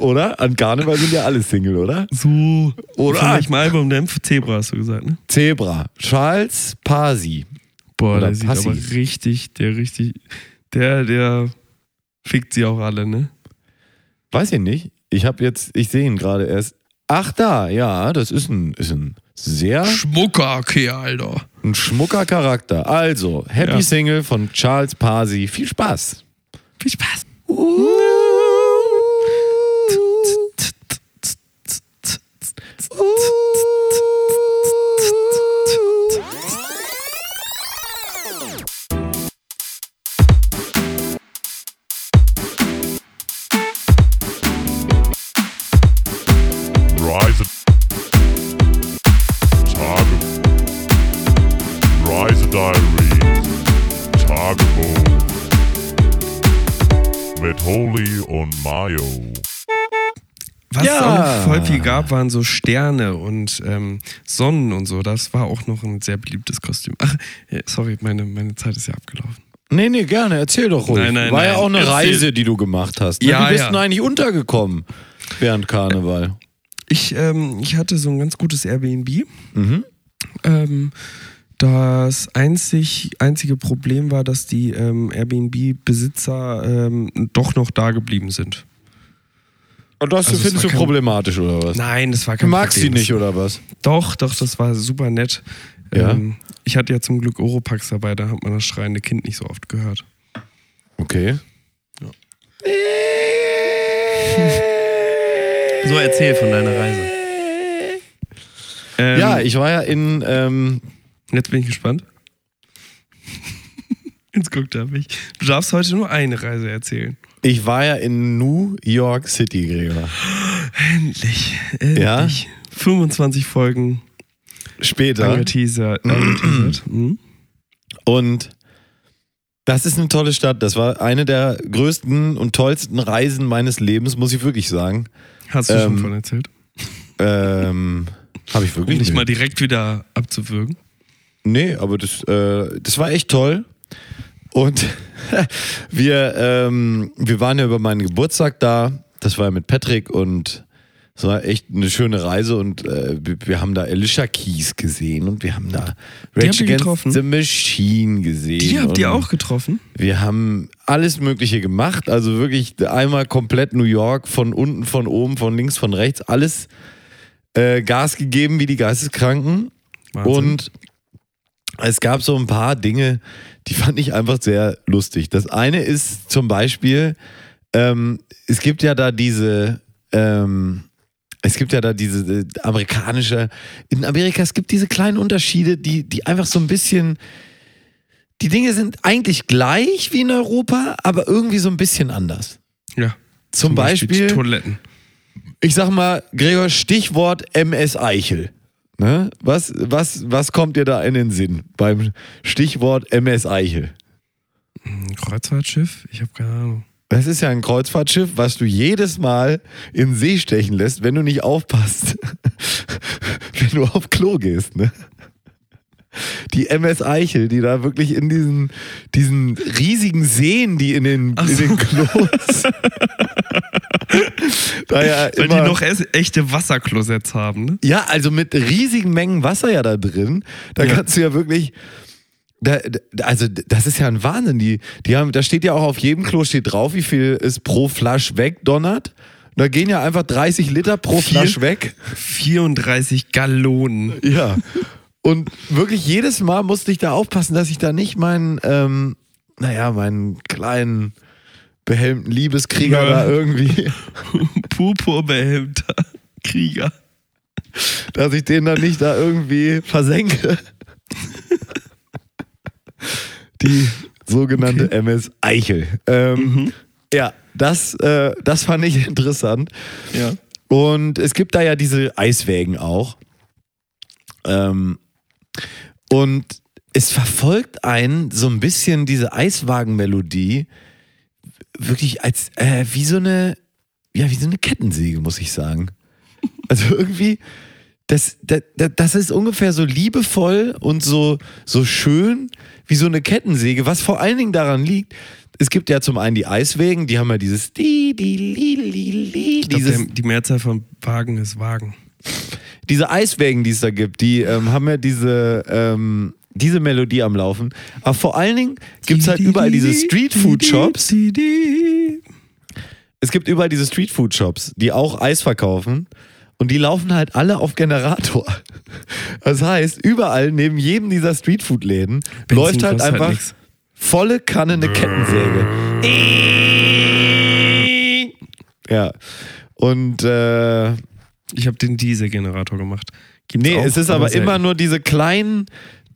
Speaker 3: oder? An Karneval sind ja alle Single, oder?
Speaker 2: So.
Speaker 3: Oder?
Speaker 2: Von welchem Album denn? Zebra hast du gesagt, ne?
Speaker 3: Zebra. Charles Pasi.
Speaker 2: Boah,
Speaker 3: Oder
Speaker 2: der sieht
Speaker 3: Passi.
Speaker 2: aber richtig, der richtig, der, der fickt sie auch alle, ne?
Speaker 3: Weiß ich nicht. Ich habe jetzt, ich sehe ihn gerade erst. Ach da, ja, das ist ein, ist ein sehr
Speaker 2: Ah. Schmucker Kerl, Alter.
Speaker 3: ein schmucker Charakter. Also, Happy
Speaker 2: Ja.
Speaker 3: Single von Charles Pasi. Viel Spaß.
Speaker 2: Viel Spaß.
Speaker 1: Reise. Tage. Reise Diaries. Tagebuch. Mit Holy und Mayo.
Speaker 2: Was
Speaker 3: Ja.
Speaker 2: es auch voll viel gab, waren so Sterne und ähm, Sonnen und so. Das war auch noch ein sehr beliebtes Kostüm. Ach, ja, sorry, meine, meine Zeit ist ja abgelaufen.
Speaker 3: Nee, nee, gerne. Erzähl doch ruhig.
Speaker 2: Nein, nein,
Speaker 3: War ja
Speaker 2: nein.
Speaker 3: auch eine
Speaker 2: Erzähl.
Speaker 3: Reise, die du gemacht hast. Ne?
Speaker 2: Ja,
Speaker 3: Wie bist
Speaker 2: ja.
Speaker 3: du eigentlich untergekommen während Karneval?
Speaker 2: Ich, ähm, ich hatte so ein ganz gutes Airbnb.
Speaker 3: Mhm.
Speaker 2: Ähm, das einzig, einzige Problem war, dass die ähm, Airbnb-Besitzer ähm, doch noch da geblieben sind.
Speaker 3: Und das
Speaker 2: Also, es
Speaker 3: findest
Speaker 2: war
Speaker 3: du
Speaker 2: kein-
Speaker 3: problematisch, oder was?
Speaker 2: Nein, das war
Speaker 3: Du
Speaker 2: kein
Speaker 3: magst sie
Speaker 2: Problem.
Speaker 3: nicht, oder was?
Speaker 2: Doch, doch, das war super nett.
Speaker 3: Ja?
Speaker 2: Ähm, ich hatte ja zum Glück Oropax dabei, da hat man das schreiende Kind nicht so oft gehört.
Speaker 3: Okay.
Speaker 2: So, erzähl von deiner Reise. Ähm,
Speaker 3: Ja, ich war ja in, ähm,
Speaker 2: Jetzt bin ich gespannt. Jetzt guckt er mich. Du darfst heute nur eine Reise erzählen.
Speaker 3: ich war ja in New York City, Gregor.
Speaker 2: Endlich. Endlich.
Speaker 3: Ja?
Speaker 2: 25 Folgen
Speaker 3: Später.
Speaker 2: angeteasert. angeteasert. Mhm.
Speaker 3: Und das ist eine tolle Stadt. Das war eine der größten und tollsten Reisen meines Lebens, muss ich wirklich sagen.
Speaker 2: Hast du
Speaker 3: Ähm,
Speaker 2: schon von erzählt?
Speaker 3: Ähm, Habe ich
Speaker 2: Um
Speaker 3: wirklich
Speaker 2: dich
Speaker 3: nicht.
Speaker 2: mal direkt wieder abzuwürgen.
Speaker 3: Nee, aber das, äh, das war echt toll. Und wir, ähm, wir waren ja über meinen Geburtstag da. Das war ja mit Patrick und es war echt eine schöne Reise und äh, wir, wir haben da Alicia Keys gesehen und wir haben
Speaker 2: Die
Speaker 3: da
Speaker 2: habt
Speaker 3: Rage
Speaker 2: ihr
Speaker 3: Against
Speaker 2: getroffen?
Speaker 3: the Machine gesehen.
Speaker 2: Die habt ihr
Speaker 3: und
Speaker 2: auch getroffen?
Speaker 3: Wir haben alles Mögliche gemacht, also wirklich einmal komplett New York, von unten, von oben, von links, von rechts, alles äh, Gas gegeben wie die Geisteskranken. Und es gab so ein paar Dinge, die fand ich einfach sehr lustig. Das eine ist zum Beispiel, ähm, es gibt ja da diese, ähm, es gibt ja da diese äh, amerikanische, in Amerika, es gibt diese kleinen Unterschiede, die, die einfach so ein bisschen, die Dinge sind eigentlich gleich wie in Europa, aber irgendwie so ein bisschen anders.
Speaker 2: ja,
Speaker 3: Zum, Beispiel,
Speaker 2: die Toiletten.
Speaker 3: ich sag mal, Gregor, Stichwort MS Eichel. Ne? Was, was, was kommt dir da in den Sinn beim Stichwort MS Eichel?
Speaker 2: Ein Kreuzfahrtschiff? Ich habe keine Ahnung.
Speaker 3: Das ist ja ein Kreuzfahrtschiff, was du jedes Mal in den See stechen lässt, wenn du nicht aufpasst. wenn du auf Klo gehst, ne? Die MS Eichel, die da wirklich in diesen, diesen riesigen Seen, die in den, in den Klos. da ja
Speaker 2: Weil
Speaker 3: immer,
Speaker 2: die noch es- echte Wasserklosetts haben, ne?
Speaker 3: Ja, also mit riesigen Mengen Wasser ja da drin. Da
Speaker 2: Ja.
Speaker 3: kannst du ja wirklich. Da, da- also das ist ja ein Wahnsinn. Die, die haben, da steht ja auch auf jedem Klo steht drauf, wie viel es pro Flasch wegdonnert. Da gehen ja einfach 30 Liter pro
Speaker 2: Viel.
Speaker 3: Flasch weg.
Speaker 2: 34 Gallonen.
Speaker 3: Ja. Und wirklich jedes Mal musste ich da aufpassen, dass ich da nicht meinen, ähm, naja, meinen kleinen behelmten Liebeskrieger
Speaker 2: Ja.
Speaker 3: da irgendwie,
Speaker 2: Purpurbehelmter Krieger.
Speaker 3: dass ich den dann nicht da irgendwie versenke. Die sogenannte MS Eichel. Ähm, Ja, das, äh, das fand ich interessant.
Speaker 2: Ja.
Speaker 3: Und es gibt da ja diese Eiswägen auch. Ähm, und es verfolgt einen so ein bisschen diese Eiswagenmelodie wirklich als äh, wie so eine ja wie so eine Kettensäge muss ich sagen. Also irgendwie, das, das, das ist ungefähr so liebevoll und so, so schön wie so eine Kettensäge, was vor allen Dingen daran liegt. Es gibt ja zum einen die Eiswägen, die haben ja dieses Di, Di, Li, Li, Li,
Speaker 2: Ich glaub,
Speaker 3: dieses
Speaker 2: der, die Mehrzahl von Wagen ist Wagen.
Speaker 3: diese Eiswägen, die es da gibt, die ähm, haben ja diese, ähm, diese Melodie am Laufen. Aber vor allen Dingen gibt es halt überall diese Streetfood-Shops. Es gibt überall diese Streetfood-Shops, die auch Eis verkaufen. Und die laufen halt alle auf Generator. Das heißt, überall neben jedem dieser Streetfood-Läden
Speaker 2: Benzin
Speaker 3: läuft halt
Speaker 2: kostet halt
Speaker 3: einfach
Speaker 2: nix.
Speaker 3: volle Kanne eine Kettensäge. Ja. Und äh,
Speaker 2: Ich habe den Dieselgenerator gemacht. Gibt's
Speaker 3: Nee,
Speaker 2: auch,
Speaker 3: es ist aber
Speaker 2: selten.
Speaker 3: immer nur diese kleinen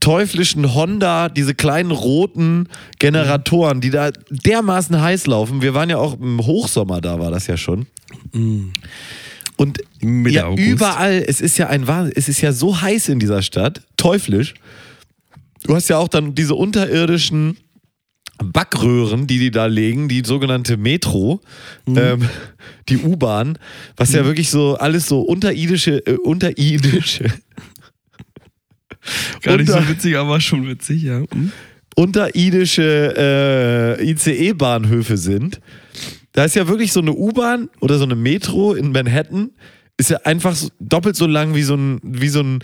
Speaker 3: teuflischen Honda, diese kleinen roten Generatoren, die da dermaßen heiß laufen. Wir waren ja auch im Hochsommer da, war das ja schon. Und
Speaker 2: Mitte
Speaker 3: ja,
Speaker 2: August.
Speaker 3: überall, es ist ja ein Wahnsinn, es ist ja so heiß in dieser Stadt, teuflisch. Du hast ja auch dann diese unterirdischen Backröhren, die die da legen, die sogenannte Metro,
Speaker 2: Mhm.
Speaker 3: ähm, die U-Bahn, was ja wirklich so alles so unterirdische, äh, unterirdische,
Speaker 2: Gar nicht
Speaker 3: unter-
Speaker 2: so witzig, aber schon witzig, ja. Hm?
Speaker 3: unterirdische äh, ICE-Bahnhöfe sind. Da ist ja wirklich so eine U-Bahn oder so eine Metro in Manhattan, ist ja einfach so, doppelt so lang wie so ein, wie so ein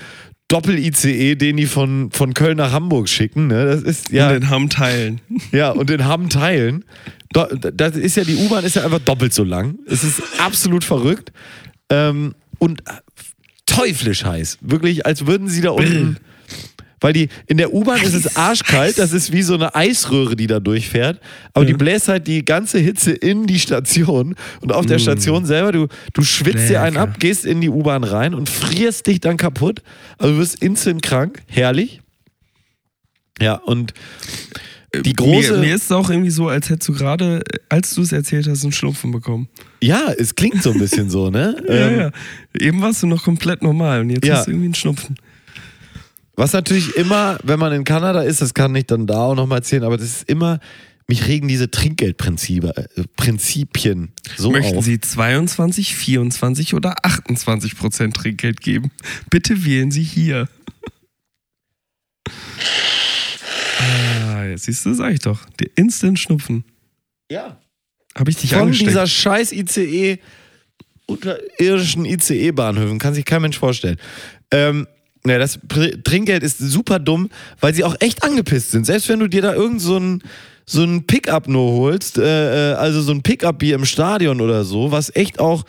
Speaker 3: Doppel-ICE, den die von, von Köln nach Hamburg schicken. Ne? Das ist ja.
Speaker 2: Und den Hamm teilen.
Speaker 3: Ja, und in Hamm teilen. Do- Das ist ja, die U-Bahn ist ja einfach doppelt so lang. Es ist absolut verrückt. Ähm, und teuflisch heiß. Wirklich, als würden sie da unten. Weil die, in der U-Bahn ist es arschkalt, das ist wie so eine Eisröhre, die da durchfährt. Aber die bläst halt die ganze Hitze in die Station. Und auf der Station selber, du, du schwitzt dir einen
Speaker 2: Mm. Lecker.
Speaker 3: ab, gehst in die U-Bahn rein und frierst dich dann kaputt. Also du wirst instant krank. Herrlich. Ja, und die große.
Speaker 2: Äh, Mir, mir ist es auch irgendwie so, als hättest du gerade, als du es erzählt hast, einen Schnupfen bekommen.
Speaker 3: Ja, es klingt so ein bisschen so, ne? Ähm,
Speaker 2: ja, ja. Eben warst du noch komplett normal und jetzt
Speaker 3: Ja.
Speaker 2: hast du irgendwie einen Schnupfen.
Speaker 3: Was natürlich immer, wenn man in Kanada ist, das kann ich dann da auch nochmal erzählen, aber das ist immer, mich regen diese Trinkgeldprinzipien äh, Prinzipien so
Speaker 2: Möchten
Speaker 3: auf.
Speaker 2: Sie 22, 24 oder 28 Prozent Trinkgeld geben? Bitte wählen Sie hier. Ah, jetzt siehst du, sag ich doch. Der Instant Schnupfen.
Speaker 3: ja.
Speaker 2: Habe ich dich
Speaker 3: Von dieser
Speaker 2: angesteckt?
Speaker 3: scheiß E ICE, unterirdischen ICE-Bahnhöfen, kann sich kein Mensch vorstellen. Ähm, na, das Pr Trinkgeld ist super dumm, weil sie auch echt angepisst sind. Selbst wenn du dir da irgend so ein, so ein Pickup nur holst, äh, äh, also so ein Pickup-Bier im Stadion oder so, was echt auch,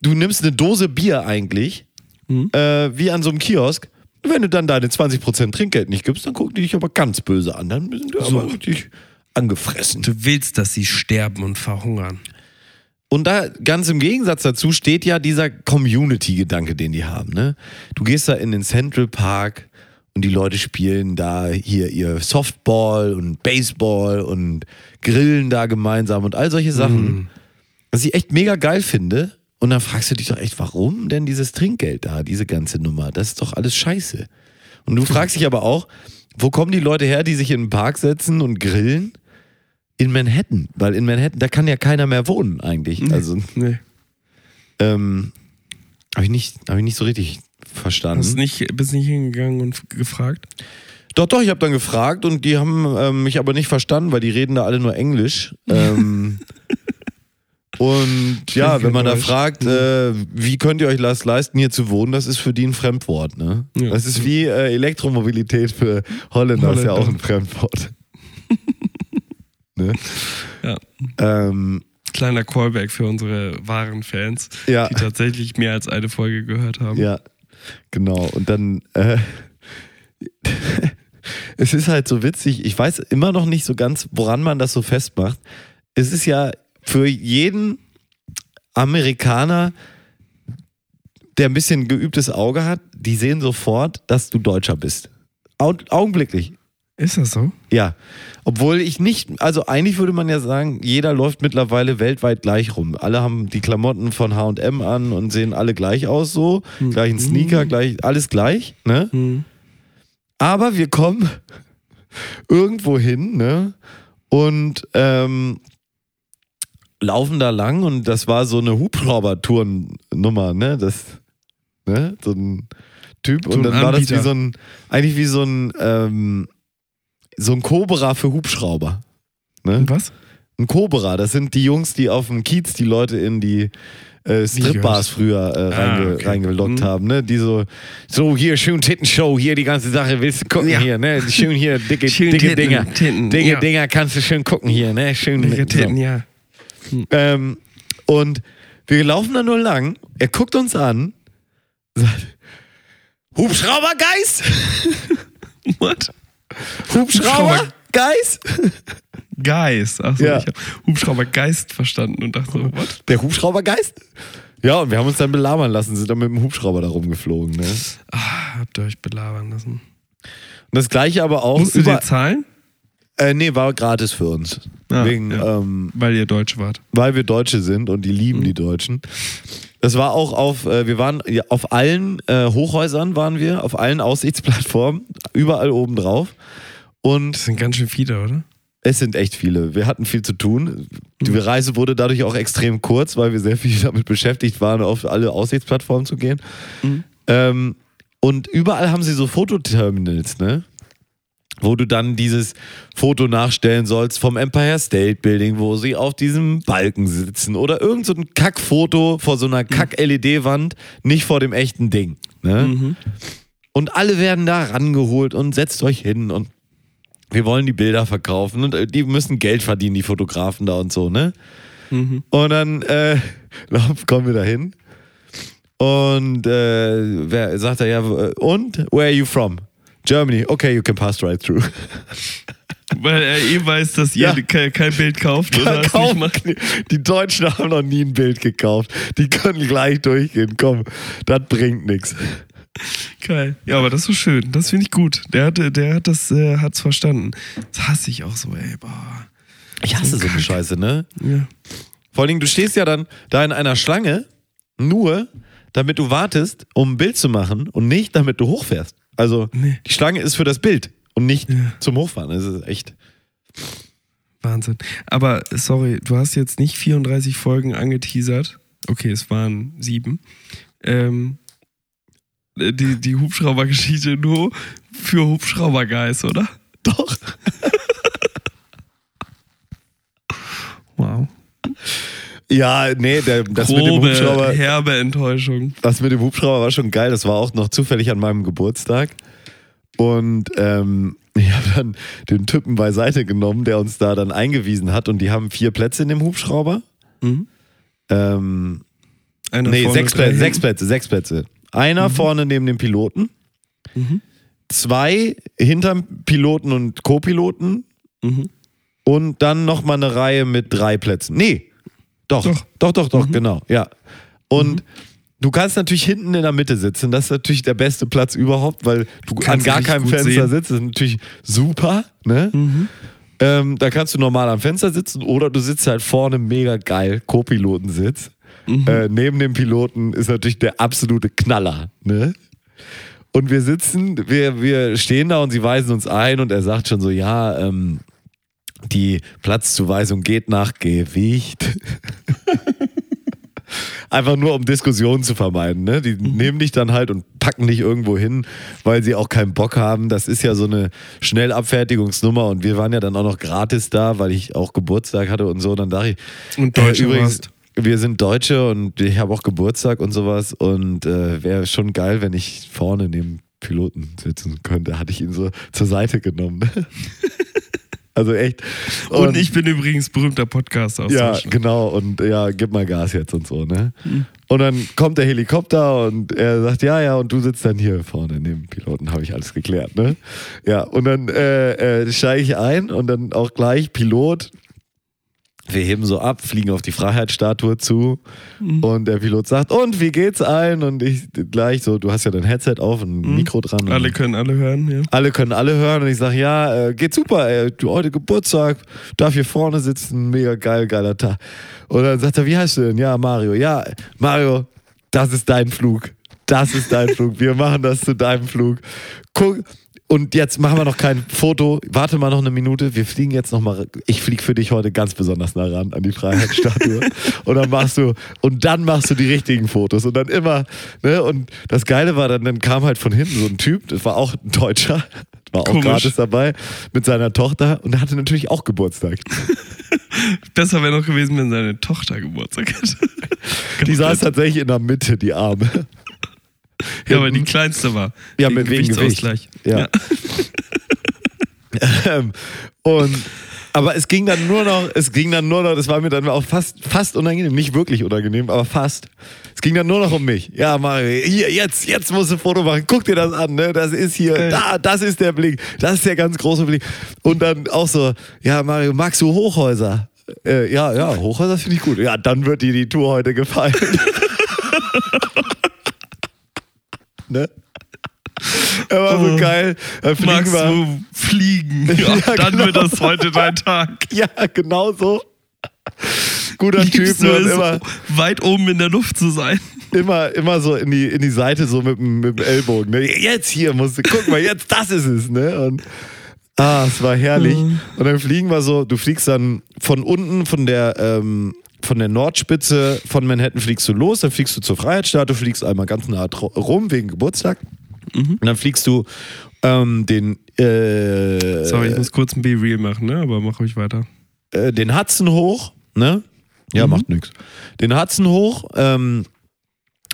Speaker 3: du nimmst eine Dose Bier eigentlich, äh, wie an so einem Kiosk. Und Wenn du dann deine 20% Trinkgeld nicht gibst, dann gucken die dich aber ganz böse an. Dann sind die aber richtig angefressen.
Speaker 2: Du willst, dass sie sterben und verhungern.
Speaker 3: Und da ganz im Gegensatz dazu steht ja dieser Community-Gedanke, den die haben. Ne? Du gehst da in den Central Park und die Leute spielen da hier ihr Softball und Baseball und grillen da gemeinsam und all solche Sachen. Was ich echt mega geil finde. Und dann fragst du dich doch echt, warum denn dieses Trinkgeld da, diese ganze Nummer? Das ist doch alles scheiße. Und du fragst dich aber auch, wo kommen die Leute her, die sich in den Park setzen und grillen? In Manhattan, weil in Manhattan, da kann ja keiner mehr wohnen eigentlich. Also,
Speaker 2: Nee.
Speaker 3: ähm, habe ich, nicht- hab ich nicht so richtig
Speaker 2: Hast
Speaker 3: verstanden.
Speaker 2: nicht, bist nicht hingegangen und f- gefragt?
Speaker 3: Doch, doch, ich habe dann gefragt und die haben ähm, mich aber nicht verstanden, weil die reden da alle nur Englisch. Ähm, und ja, wenn man da
Speaker 2: enttäuscht.
Speaker 3: fragt, äh, wie könnt ihr euch das leisten, hier zu wohnen, das ist für die ein Fremdwort. Ne?
Speaker 2: Ja.
Speaker 3: Das ist wie äh, Elektromobilität für Holländer, ist
Speaker 2: Holländer.
Speaker 3: ja auch ein Fremdwort. ne?
Speaker 2: Ja.
Speaker 3: ähm,
Speaker 2: Kleiner Callback für unsere wahren Fans,
Speaker 3: Ja.
Speaker 2: die tatsächlich mehr als eine Folge gehört haben.
Speaker 3: Ja, genau. Und dann, äh, es ist halt so witzig. Ich weiß immer noch nicht so ganz, woran man das so festmacht. Es ist ja für jeden Amerikaner, der ein bisschen geübtes Auge hat, die sehen sofort, dass du Deutscher bist. Au augenblicklich.
Speaker 2: Ist das so?
Speaker 3: Ja, obwohl ich nicht, also eigentlich würde man ja sagen, jeder läuft mittlerweile weltweit gleich rum. Alle haben die Klamotten von H&M an und sehen alle gleich aus so, gleichen
Speaker 2: Mhm.
Speaker 3: Sneaker, gleich alles gleich, ne?
Speaker 2: Hm.
Speaker 3: Aber wir kommen irgendwo hin, ne? Und ähm, laufen da lang und das war so eine Hubschrauber-Tourennummer, ne? Das ne? So ein Typ.
Speaker 2: So
Speaker 3: Und
Speaker 2: ein
Speaker 3: dann war das
Speaker 2: Anbieter.
Speaker 3: wie so ein, eigentlich wie so ein, ähm, so ein Cobra für Hubschrauber. Ne?
Speaker 2: Was?
Speaker 3: Ein Cobra, das sind die Jungs, die auf dem Kiez die Leute in die äh, Stripbars
Speaker 2: Videos.
Speaker 3: früher äh, reinge
Speaker 2: Ah, okay.
Speaker 3: reingelockt
Speaker 2: Mhm.
Speaker 3: haben, ne? Die so, so hier, schön Tittenshow, hier die ganze Sache, willst du gucken
Speaker 2: Ja.
Speaker 3: hier, ne? Schön hier, dicke,
Speaker 2: Schön
Speaker 3: dicke
Speaker 2: Titten,
Speaker 3: Dinger.
Speaker 2: Titten,
Speaker 3: dicke
Speaker 2: ja.
Speaker 3: Dinger kannst du schön gucken hier, ne? Schön
Speaker 2: Dicke
Speaker 3: mit-
Speaker 2: Titten, ja.
Speaker 3: ähm, und wir laufen da nur lang. Er guckt uns an, sagt: Hubschraubergeist!
Speaker 2: What?
Speaker 3: Hubschraubergeist!
Speaker 2: Geist. Achso,
Speaker 3: Ja.
Speaker 2: ich habe Hubschraubergeist verstanden und dachte so, what?
Speaker 3: Der Hubschraubergeist? Ja, und wir haben uns dann belabern lassen, sind dann mit dem Hubschrauber da rumgeflogen. Ne? Und
Speaker 2: Ah, habt ihr euch belabern lassen.
Speaker 3: das gleiche aber auch.
Speaker 2: Musst du dir zahlen?
Speaker 3: äh, nee, war gratis für uns.
Speaker 2: Ah,
Speaker 3: Wegen,
Speaker 2: ja. Mhm.
Speaker 3: ähm,
Speaker 2: Weil ihr Deutsch wart.
Speaker 3: weil wir Deutsche sind und die lieben die Deutschen. Das war auch auf, äh, wir waren ja, auf allen äh, Hochhäusern waren wir, auf allen Aussichtsplattformen, überall oben drauf. Und
Speaker 2: Das sind ganz schön viele, oder?
Speaker 3: Es sind echt viele. Wir hatten viel zu tun. Die Reise wurde dadurch auch extrem kurz, weil wir sehr viel damit beschäftigt waren, auf alle Aussichtsplattformen zu gehen. Ähm, und überall haben sie so Fototerminals, ne? Wo du dann dieses Foto nachstellen sollst vom Empire State Building, wo sie auf diesem Balken sitzen oder irgend so ein Kackfoto vor so einer Kack-LED-Wand, nicht vor dem echten Ding. Ne? Und alle werden da rangeholt und setzt euch hin und wir wollen die Bilder verkaufen und äh, die müssen Geld verdienen, die Fotografen da und so, ne? Und dann äh, lauf- kommen wir da hin. Und äh, wer sagt er ja, w- und? Where are you from? Germany. Okay, you can pass right through.
Speaker 2: Weil er eh weiß, dass ihr
Speaker 3: Ja.
Speaker 2: ke- kein Bild kauft oder es nicht
Speaker 3: Kaum-
Speaker 2: macht.
Speaker 3: die Deutschen haben noch nie ein Bild gekauft. Die können gleich durchgehen. Komm, das bringt nichts.
Speaker 2: Geil. Ja, aber das ist so schön. Das finde ich gut. Der hat, der hat das, äh, hat's verstanden. Das hasse ich auch so, ey. Boah.
Speaker 3: Ich hasse so eine Scheiße, ne?
Speaker 2: Ja.
Speaker 3: Vor allen Dingen, du stehst ja dann da in einer Schlange, nur damit du wartest, um ein Bild zu machen und nicht damit du hochfährst. Also
Speaker 2: Nee.
Speaker 3: die Schlange ist für das Bild und nicht
Speaker 2: Ja.
Speaker 3: zum Hochfahren. Das ist echt.
Speaker 2: Wahnsinn. Aber sorry, du hast jetzt nicht 34 Folgen angeteasert. Okay, es waren sieben. Ähm, äh, die, die Hubschraubergeschichte nur für Hubschraubergeist, oder?
Speaker 3: Doch.
Speaker 2: Wow.
Speaker 3: Ja, nee, der, das, mit dem
Speaker 2: Grobe,
Speaker 3: Hubschrauber,
Speaker 2: herbe Enttäuschung.
Speaker 3: das mit dem Hubschrauber war schon geil. Das war auch noch zufällig an meinem Geburtstag. Und ähm, ich habe dann den Typen beiseite genommen, der uns da dann eingewiesen hat. Und die haben vier Plätze in dem Hubschrauber.
Speaker 2: Mhm.
Speaker 3: Ähm,
Speaker 2: Einer
Speaker 3: Nee,
Speaker 2: vorne,
Speaker 3: sechs
Speaker 2: drei
Speaker 3: Plätze,
Speaker 2: hinten. Mhm.
Speaker 3: sechs Plätze, sechs Plätze. Einer vorne neben dem Piloten, zwei hinterm Piloten und Co-Piloten
Speaker 2: Mhm.
Speaker 3: und dann nochmal eine Reihe mit drei Plätzen. Nee, doch, doch,
Speaker 2: Doch. Mhm.
Speaker 3: doch, doch, genau, ja. Und du kannst natürlich hinten in der Mitte sitzen, das ist natürlich der beste Platz überhaupt, weil du an
Speaker 2: Kannst
Speaker 3: gar
Speaker 2: richtig
Speaker 3: keinem
Speaker 2: gut
Speaker 3: Fenster
Speaker 2: sehen. Mhm.
Speaker 3: sitzt, das ist natürlich super, ne? Ähm, da kannst du normal am Fenster sitzen oder du sitzt halt vorne mega geil, Co-Pilotensitz.
Speaker 2: Mhm.
Speaker 3: Äh, neben dem Piloten ist natürlich der absolute Knaller. Ne? Und wir sitzen, wir, wir stehen da und sie weisen uns ein und er sagt schon so, ja, ähm, die Platzzuweisung geht nach Gewicht. Einfach nur, um Diskussionen zu vermeiden. Ne? Die
Speaker 2: Mhm.
Speaker 3: nehmen dich dann halt und packen dich irgendwo hin, weil sie auch keinen Bock haben. Das ist ja so eine Schnellabfertigungsnummer und wir waren ja dann auch noch gratis da, weil ich auch Geburtstag hatte und so. Dann dachte ich,
Speaker 2: Und Deutsche
Speaker 3: äh, übrigens,
Speaker 2: warst.
Speaker 3: wir sind Deutsche und ich habe auch Geburtstag und sowas und äh, wäre schon geil, wenn ich vorne neben Piloten sitzen könnte. Hatte ich ihn so zur Seite genommen. ne? also echt.
Speaker 2: Und, ich bin übrigens berühmter Podcast aus
Speaker 3: ja,
Speaker 2: Deutschland.
Speaker 3: genau. Und ja, gib mal Gas jetzt und so, ne? Und dann kommt der Helikopter und er sagt, ja, ja, und du sitzt dann hier vorne neben dem Piloten, habe ich alles geklärt, ne? Ja, und dann äh, äh, steige ich ein und dann auch gleich Pilot. Wir heben so ab, fliegen auf die Freiheitsstatue zu und der Pilot sagt, und wie geht's allen? Und ich gleich so, du hast ja dein Headset auf und ein Mikro dran. und-
Speaker 2: Alle können alle hören, ja.
Speaker 3: alle können alle hören und ich sage, ja, äh, geht super, ey, du heute Geburtstag, darf hier vorne sitzen, mega geil, geiler Tag. Und dann sagt er, wie heißt du denn? Ja, Mario. Ja, Mario, das ist dein Flug. Das ist dein Flug. Wir machen das zu deinem Flug. Guck, Und jetzt machen wir noch kein Foto. Warte mal noch eine Minute. Wir fliegen jetzt noch mal. Ich fliege für dich heute ganz besonders nah ran an die Freiheitsstatue. und dann machst du und dann machst du die richtigen Fotos und dann immer. Ne? Und das Geile war dann, dann kam halt von hinten so ein Typ. Das war auch ein Deutscher. War auch
Speaker 2: Komisch.
Speaker 3: gratis dabei mit seiner Tochter und hatte natürlich auch Geburtstag.
Speaker 2: Besser wäre noch gewesen, wenn seine Tochter Geburtstag hätte.
Speaker 3: Die saß tatsächlich in der Mitte, die Arme.
Speaker 2: ja, weil die kleinste war.
Speaker 3: Ja,
Speaker 2: Wegen
Speaker 3: mit wegen
Speaker 2: Gewichtsausgleich.
Speaker 3: Gewicht. Ja. ähm, und aber es ging dann nur noch, es ging dann nur noch, das war mir dann auch fast, fast unangenehm, nicht wirklich unangenehm, aber fast. Es ging dann nur noch um mich. Ja, Mario, hier, jetzt, jetzt musst du ein Foto machen. Guck dir das an, ne? Das ist hier,
Speaker 2: Geil.
Speaker 3: da, das ist der Blick. Das ist der ganz große Blick. Und dann auch so, ja, Mario, magst du Hochhäuser? Äh, ja, ja, Hochhäuser finde ich gut. Ja, dann wird dir die Tour heute gefallen. ne? Er war so
Speaker 2: Oh.
Speaker 3: geil. Dann fliegen
Speaker 2: Magst
Speaker 3: wir-
Speaker 2: du fliegen?
Speaker 3: Ja,
Speaker 2: Ja, dann
Speaker 3: genau.
Speaker 2: wird das heute dein Tag.
Speaker 3: Ja, genau so. Guter Typ,
Speaker 2: Liebst du
Speaker 3: nur
Speaker 2: es,
Speaker 3: immer,
Speaker 2: weit oben in der Luft zu sein?
Speaker 3: immer, immer so in die, in die Seite, so mit, dem- mit dem Ellbogen. Ne? Jetzt hier musst du, guck mal, jetzt, das ist es. Ne? Und, ah, es war herrlich.
Speaker 2: Mhm.
Speaker 3: Und dann fliegen wir so, du fliegst dann von unten, von der, ähm, von der Nordspitze von Manhattan fliegst du los, dann fliegst du zur Freiheitsstatue, fliegst einmal ganz nah dro- rum wegen Geburtstag.
Speaker 2: Mhm.
Speaker 3: Und dann fliegst du ähm, den, äh,
Speaker 2: Sorry, ich muss kurz ein B-Reel machen, ne? aber mach ruhig weiter.
Speaker 3: äh, den Hudson hoch, ne? Ja, macht nix. Den Hudson hoch, ähm,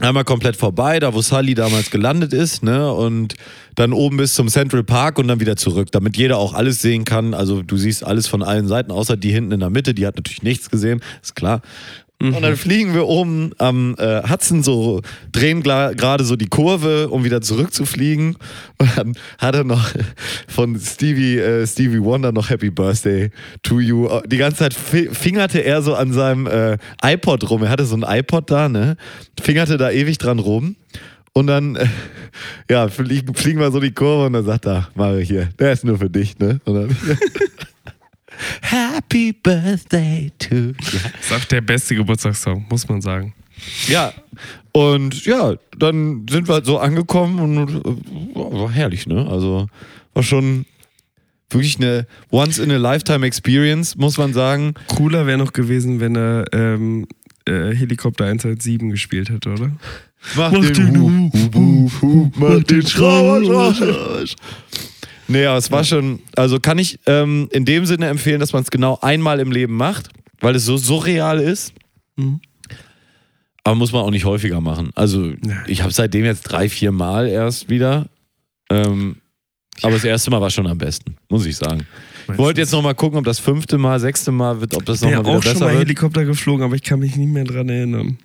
Speaker 3: einmal komplett vorbei, da wo Sully damals gelandet ist, ne? Und dann oben bis zum Central Park und dann wieder zurück, damit jeder auch alles sehen kann. Also du siehst alles von allen Seiten, außer die hinten in der Mitte, die hat natürlich nichts gesehen, ist klar. Und dann fliegen wir oben am äh, Hudson so, drehen gla- gerade so die Kurve, um wieder zurückzufliegen. Und dann hat er noch von Stevie, äh, Stevie Wonder noch Happy Birthday to you. Äh, Die ganze Zeit fi- fingerte er so an seinem äh, iPod rum. Er hatte so ein iPod da, ne? Fingerte da ewig dran rum. Und dann, äh, ja, fliegen, fliegen wir so die Kurve und dann sagt er, Mario hier, der ist nur für dich, ne? Und dann, Happy Birthday to you.
Speaker 2: Das ist auch der beste Geburtstagssong, muss man sagen.
Speaker 3: Ja. Und ja, dann sind wir halt so angekommen und äh, war herrlich, ne? Also war schon wirklich eine Once-in-a-Lifetime-Experience, muss man sagen.
Speaker 2: Cooler wäre noch gewesen, wenn er ähm, äh, Helikopter 117 gespielt hätte, oder?
Speaker 3: Mach,
Speaker 2: den Hub,
Speaker 3: Hub, Hub, Hub, mach den Schrausch. Nee, aber es war schon, also kann ich ähm, in dem Sinne empfehlen, dass man es genau einmal im Leben macht, weil es so surreal ist.
Speaker 2: Mhm.
Speaker 3: Aber muss man auch nicht häufiger machen. Also
Speaker 2: Ja.
Speaker 3: ich habe seitdem jetzt drei, vier Mal erst wieder. Ähm, Aber das erste Mal war schon am besten, muss ich sagen. Ich wollte jetzt nochmal gucken, ob das fünfte Mal, sechste Mal wird, ob das
Speaker 2: ja,
Speaker 3: nochmal wieder
Speaker 2: auch schon
Speaker 3: besser
Speaker 2: mal
Speaker 3: wird.
Speaker 2: Helikopter geflogen, aber ich kann mich nicht mehr dran erinnern.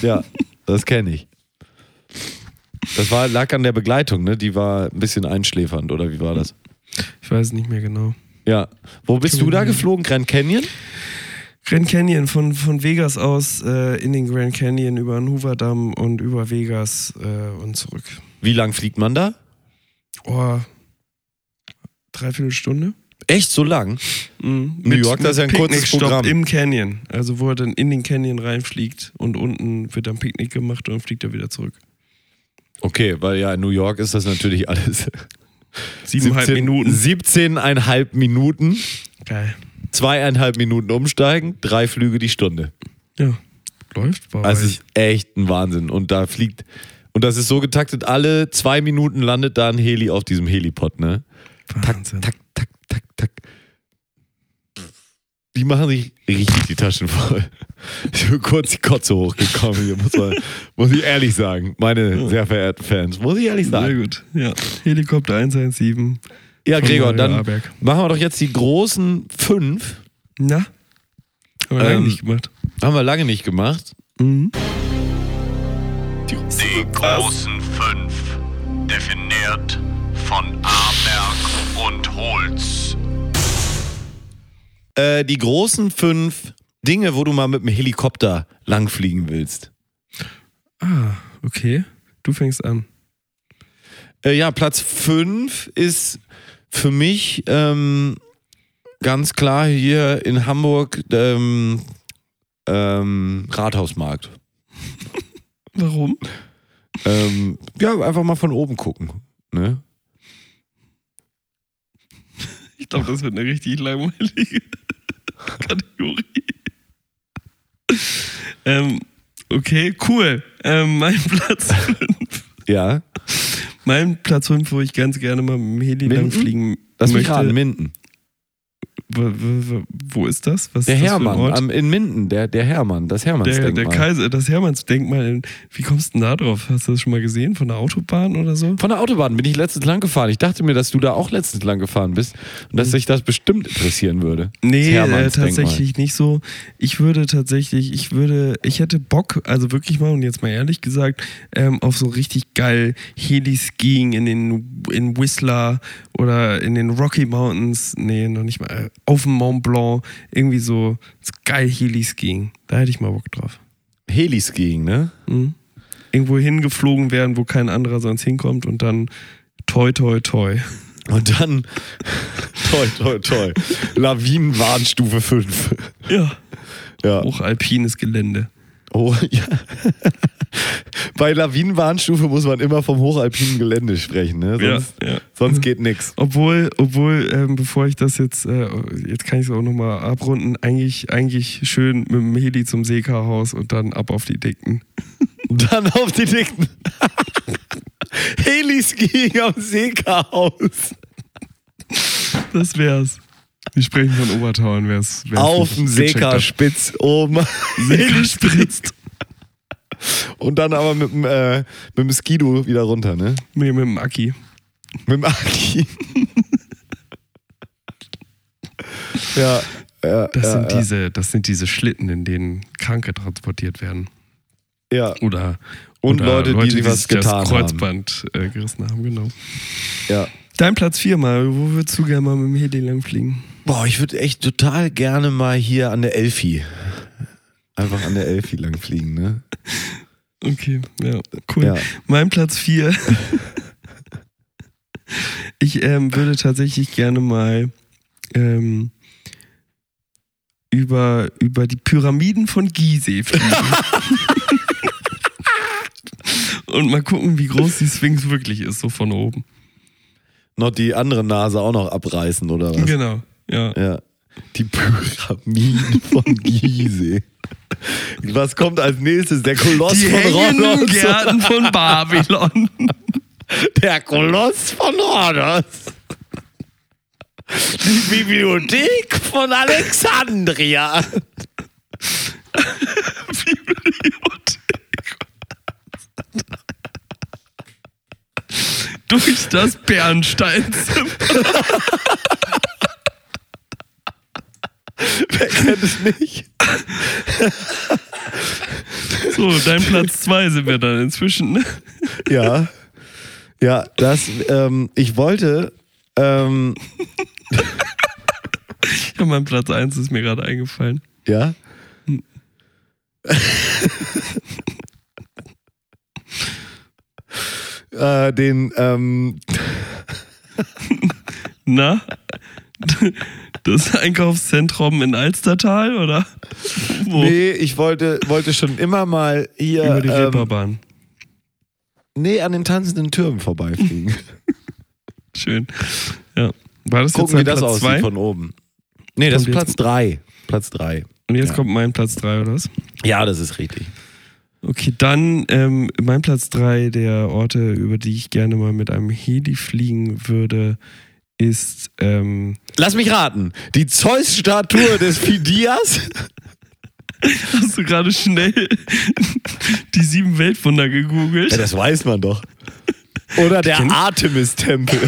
Speaker 3: Ja, das kenne ich. Das war, lag an der Begleitung, ne? Die war ein bisschen einschläfernd, oder wie war das?
Speaker 2: Ich weiß es nicht mehr genau.
Speaker 3: Ja. Wo bist du da geflogen? Grand Canyon?
Speaker 2: Grand Canyon, von, von Vegas aus äh, in den Grand Canyon über den Hoover Damm und über Vegas äh, und zurück.
Speaker 3: Wie lang fliegt man da?
Speaker 2: Oh, dreiviertel Stunde.
Speaker 3: Echt so lang?
Speaker 2: Mhm.
Speaker 3: New York, das ist ja ein kurzes
Speaker 2: Picknickstopp
Speaker 3: Programm.
Speaker 2: Im Canyon, also wo er dann in den Canyon reinfliegt und unten wird dann Picknick gemacht und dann fliegt er wieder zurück.
Speaker 3: Okay, weil ja in New York ist das natürlich alles.
Speaker 2: Siebeneinhalb
Speaker 3: 17
Speaker 2: Minuten.
Speaker 3: 17,5 Minuten,
Speaker 2: Geil.
Speaker 3: zweieinhalb Minuten umsteigen, drei Flüge die Stunde.
Speaker 2: Ja, läuft. War
Speaker 3: Also es ist echt ein Wahnsinn. Und da fliegt, und das ist so getaktet, alle zwei Minuten landet da ein Heli auf diesem Helipod, ne?
Speaker 2: Wahnsinn.
Speaker 3: Tack, tack, tack, tack. Die machen sich richtig die Taschen voll. Ich bin kurz die Kotze hochgekommen, hier muss, man, muss ich ehrlich sagen. Meine sehr verehrten Fans, muss ich ehrlich
Speaker 2: Sehr
Speaker 3: sagen.
Speaker 2: gut. Ja. Helikopter 117.
Speaker 3: Ja,
Speaker 2: von
Speaker 3: Gregor,
Speaker 2: Mario
Speaker 3: dann
Speaker 2: Aberg.
Speaker 3: machen wir doch jetzt die großen fünf.
Speaker 2: Na? Haben wir
Speaker 3: Ähm,
Speaker 2: ähm, nicht gemacht.
Speaker 3: Haben wir lange nicht gemacht.
Speaker 2: Mhm.
Speaker 4: Die großen fünf, definiert von Aberg und Holz.
Speaker 3: Äh, die großen fünf Dinge, wo du mal mit dem Helikopter langfliegen willst.
Speaker 2: Ah, okay. Du fängst an.
Speaker 3: Äh, ja, Platz 5 ist für mich ähm, ganz klar hier in Hamburg ähm, ähm, Rathausmarkt.
Speaker 2: Warum?
Speaker 3: Ähm, ja, einfach mal von oben gucken. Ne?
Speaker 2: glaube, das wird eine richtig langweilige Kategorie. Ähm, okay, cool. Ähm, mein Platz fünf.
Speaker 3: Ja.
Speaker 2: Mein Platz 5, wo ich ganz gerne mal mit dem Heli
Speaker 3: Minden?
Speaker 2: langfliegen
Speaker 3: Lass mich
Speaker 2: möchte.
Speaker 3: raten, Minden.
Speaker 2: W- w- w- Wo ist das? Was
Speaker 3: Der
Speaker 2: ist das für ein
Speaker 3: Hermann,
Speaker 2: Ort?
Speaker 3: am, in Minden, der, der Hermann, das
Speaker 2: Der, der
Speaker 3: Hermannsdenkmal.
Speaker 2: Kaiser, das Hermannsdenkmal. in- Wie kommst du denn da drauf? Hast du das schon mal gesehen? Von der Autobahn oder so?
Speaker 3: Von der Autobahn bin ich letztens lang gefahren. Ich dachte mir, dass du da auch letztens lang gefahren bist und
Speaker 2: Hm.
Speaker 3: dass dich das bestimmt interessieren würde.
Speaker 2: Nee,
Speaker 3: Das
Speaker 2: äh,
Speaker 3: Hermannsdenkmal.
Speaker 2: tatsächlich nicht so. Ich würde tatsächlich, ich würde, ich hätte Bock, also wirklich mal und jetzt mal ehrlich gesagt, ähm, auf so richtig geil Heli-Skiing in den in Whistler oder in den Rocky Mountains, nee, noch nicht mal, äh, auf dem Mont Blanc, irgendwie so, so geil Heli-Skiing. Da hätte ich mal Bock drauf.
Speaker 3: Heliskiing, ne?
Speaker 2: Mhm. Irgendwo hingeflogen werden, wo kein anderer sonst hinkommt und dann toi toi toi.
Speaker 3: Und dann, toi, toi, toi, Lawinenwarnstufe 5.
Speaker 2: Ja.
Speaker 3: Ja.
Speaker 2: Hochalpines Gelände.
Speaker 3: Oh, ja. Bei Lawinenwarnstufe muss man immer vom hochalpinen Gelände sprechen, ne? Sonst,
Speaker 2: ja.
Speaker 3: sonst geht nix.
Speaker 2: Obwohl, obwohl, ähm, bevor ich das jetzt, äh, jetzt kann ich es auch nochmal abrunden, eigentlich, eigentlich schön mit dem Heli zum Seka-Haus und dann ab auf die Dicken.
Speaker 3: Dann auf die dicken Heliskiing am Seekahaus.
Speaker 2: Das wär's. Wir sprechen von Obertauen, wär's. wär's nicht
Speaker 3: Auf den
Speaker 2: gecheckt hat.
Speaker 3: Seekaspitz oben.
Speaker 2: Seka spritzt.
Speaker 3: Und dann aber mit dem, äh, mit dem Skido wieder runter, ne?
Speaker 2: Nee, mit dem Aki.
Speaker 3: Mit dem Aki. ja, ja.
Speaker 2: Das,
Speaker 3: ja,
Speaker 2: sind diese, das sind diese Schlitten, in denen Kranke transportiert werden.
Speaker 3: Ja,
Speaker 2: Oder,
Speaker 3: Und
Speaker 2: oder
Speaker 3: Leute, die sich was
Speaker 2: sich
Speaker 3: getan
Speaker 2: das Kreuzband äh, gerissen haben, genau.
Speaker 3: ja.
Speaker 2: Dein Platz 4 mal, wo würdest du gerne mal mit dem Heli langfliegen?
Speaker 3: Boah, ich würde echt total gerne mal hier an der Elfi. Einfach an der Elfi langfliegen, ne?
Speaker 2: Okay, ja, cool.
Speaker 3: Ja.
Speaker 2: Mein Platz 4. ich ähm, würde tatsächlich gerne mal ähm, über, über die Pyramiden von Gizeh fliegen. Und mal gucken, wie groß die Sphinx wirklich ist, so von oben.
Speaker 3: Noch die andere Nase auch noch abreißen, oder was?
Speaker 2: Genau, ja.
Speaker 3: Ja. Die Pyramiden von Gizeh. Was kommt als nächstes? Der Koloss
Speaker 2: Die
Speaker 3: von
Speaker 2: hängenden
Speaker 3: Rhodos.
Speaker 2: Gärten von Babylon.
Speaker 3: Der Koloss von Rhodos. Die Bibliothek von Alexandria.
Speaker 2: durch das Bernsteinzimmer.
Speaker 3: Wer kennt es nicht?
Speaker 2: So, dein Platz 2 sind wir dann inzwischen, ne?
Speaker 3: Ja. Ja, das, ähm, ich wollte, ähm,
Speaker 2: Ja, mein Platz 1 ist mir gerade eingefallen.
Speaker 3: ja. äh, den, ähm,
Speaker 2: Na? Das Einkaufszentrum in Alstertal, oder? Wo?
Speaker 3: nee, ich wollte, wollte schon immer mal hier,
Speaker 2: Über die
Speaker 3: ähm,
Speaker 2: Reeperbahn.
Speaker 3: nee, an den tanzenden Türmen vorbeifliegen.
Speaker 2: Schön. Ja. War das
Speaker 3: Gucken, wie
Speaker 2: jetzt mein
Speaker 3: das
Speaker 2: Platz
Speaker 3: aussieht
Speaker 2: 2?
Speaker 3: von oben. Nee, das
Speaker 2: Kommt
Speaker 3: ist
Speaker 2: jetzt-
Speaker 3: Platz 3. Platz 3.
Speaker 2: Und jetzt
Speaker 3: Ja.
Speaker 2: kommt mein Platz 3, oder was?
Speaker 3: Ja, das ist richtig.
Speaker 2: Okay, dann ähm, mein Platz 3 der Orte, über die ich gerne mal mit einem Heli fliegen würde, ist ähm,
Speaker 3: Lass mich raten. Die Zeus-Statue des Phidias
Speaker 2: Hast du gerade schnell die sieben Weltwunder gegoogelt?
Speaker 3: Ja, das weiß man doch. Oder der Artemis-Tempel.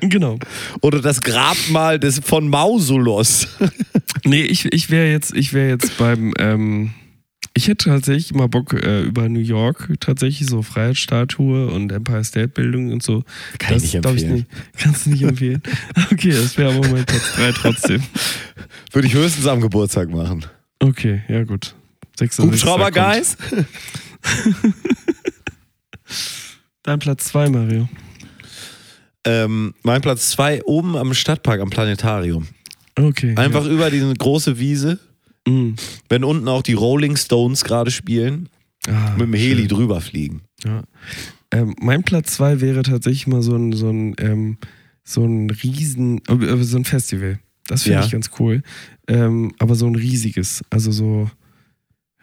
Speaker 2: genau.
Speaker 3: Oder das Grabmal des von Mausolos.
Speaker 2: Nee, ich, ich wäre jetzt, ich wär jetzt beim. Ähm, ich hätte tatsächlich mal Bock äh, über New York, tatsächlich so Freiheitsstatue und Empire State Building und so.
Speaker 3: Kann ich nicht
Speaker 2: darf
Speaker 3: empfehlen.
Speaker 2: nicht, kannst du nicht empfehlen. Okay, das wäre aber mein Platz 3 trotzdem.
Speaker 3: Würde ich höchstens am Geburtstag machen.
Speaker 2: Okay, ja gut. Sechster, sechster kommt.
Speaker 3: Hubschrauber-Guys?
Speaker 2: Dein Platz 2, Mario.
Speaker 3: Ähm, mein Platz 2 oben am Stadtpark, am Planetarium.
Speaker 2: Okay.
Speaker 3: Einfach über diese große Wiese.
Speaker 2: Ja. Mm.
Speaker 3: Wenn unten auch die Rolling Stones gerade spielen,
Speaker 2: Ah,
Speaker 3: mit dem
Speaker 2: schön.
Speaker 3: Heli drüber fliegen.
Speaker 2: Ja. Ähm, mein Platz zwei wäre tatsächlich mal so ein, so ein ähm, so ein riesen, äh, so ein Festival. Das finde
Speaker 3: Ja.
Speaker 2: ich ganz cool. Ähm, aber so ein riesiges. Also so,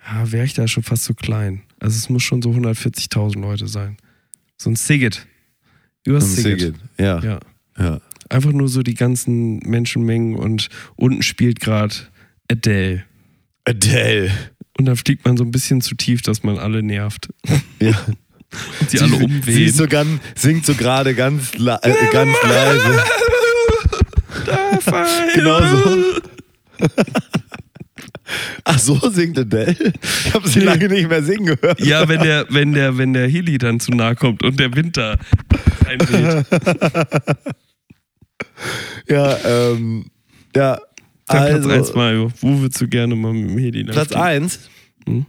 Speaker 2: ja, wäre ich da schon fast so klein. Also es muss schon so 140.000 Leute sein. So ein Siget. Über
Speaker 3: Und
Speaker 2: Siget.
Speaker 3: Sigurd. Ja.
Speaker 2: Ja.
Speaker 3: ja.
Speaker 2: Einfach nur so die ganzen Menschenmengen und unten spielt gerade Adele.
Speaker 3: Adele.
Speaker 2: Und dann fliegt man so ein bisschen zu tief, dass man alle nervt.
Speaker 3: Ja.
Speaker 2: Und sie alle umwehen.
Speaker 3: sie ist so ganz, singt so gerade ganz, le äh, ganz leise.
Speaker 2: Ah,
Speaker 3: Genau so. Ach, so singt Adele? Ich habe sie
Speaker 2: Nee.
Speaker 3: lange nicht mehr singen gehört.
Speaker 2: Ja, wenn der, wenn der, wenn der Heli dann zu nah kommt und der Winter einweht.
Speaker 3: Ja, ähm, ja.
Speaker 2: Dann Platz
Speaker 3: Also,
Speaker 2: 1 Mario. Wo würdest du gerne mal mit dem Heli lang
Speaker 3: Platz
Speaker 2: fliegen?
Speaker 3: 1.
Speaker 2: Mhm.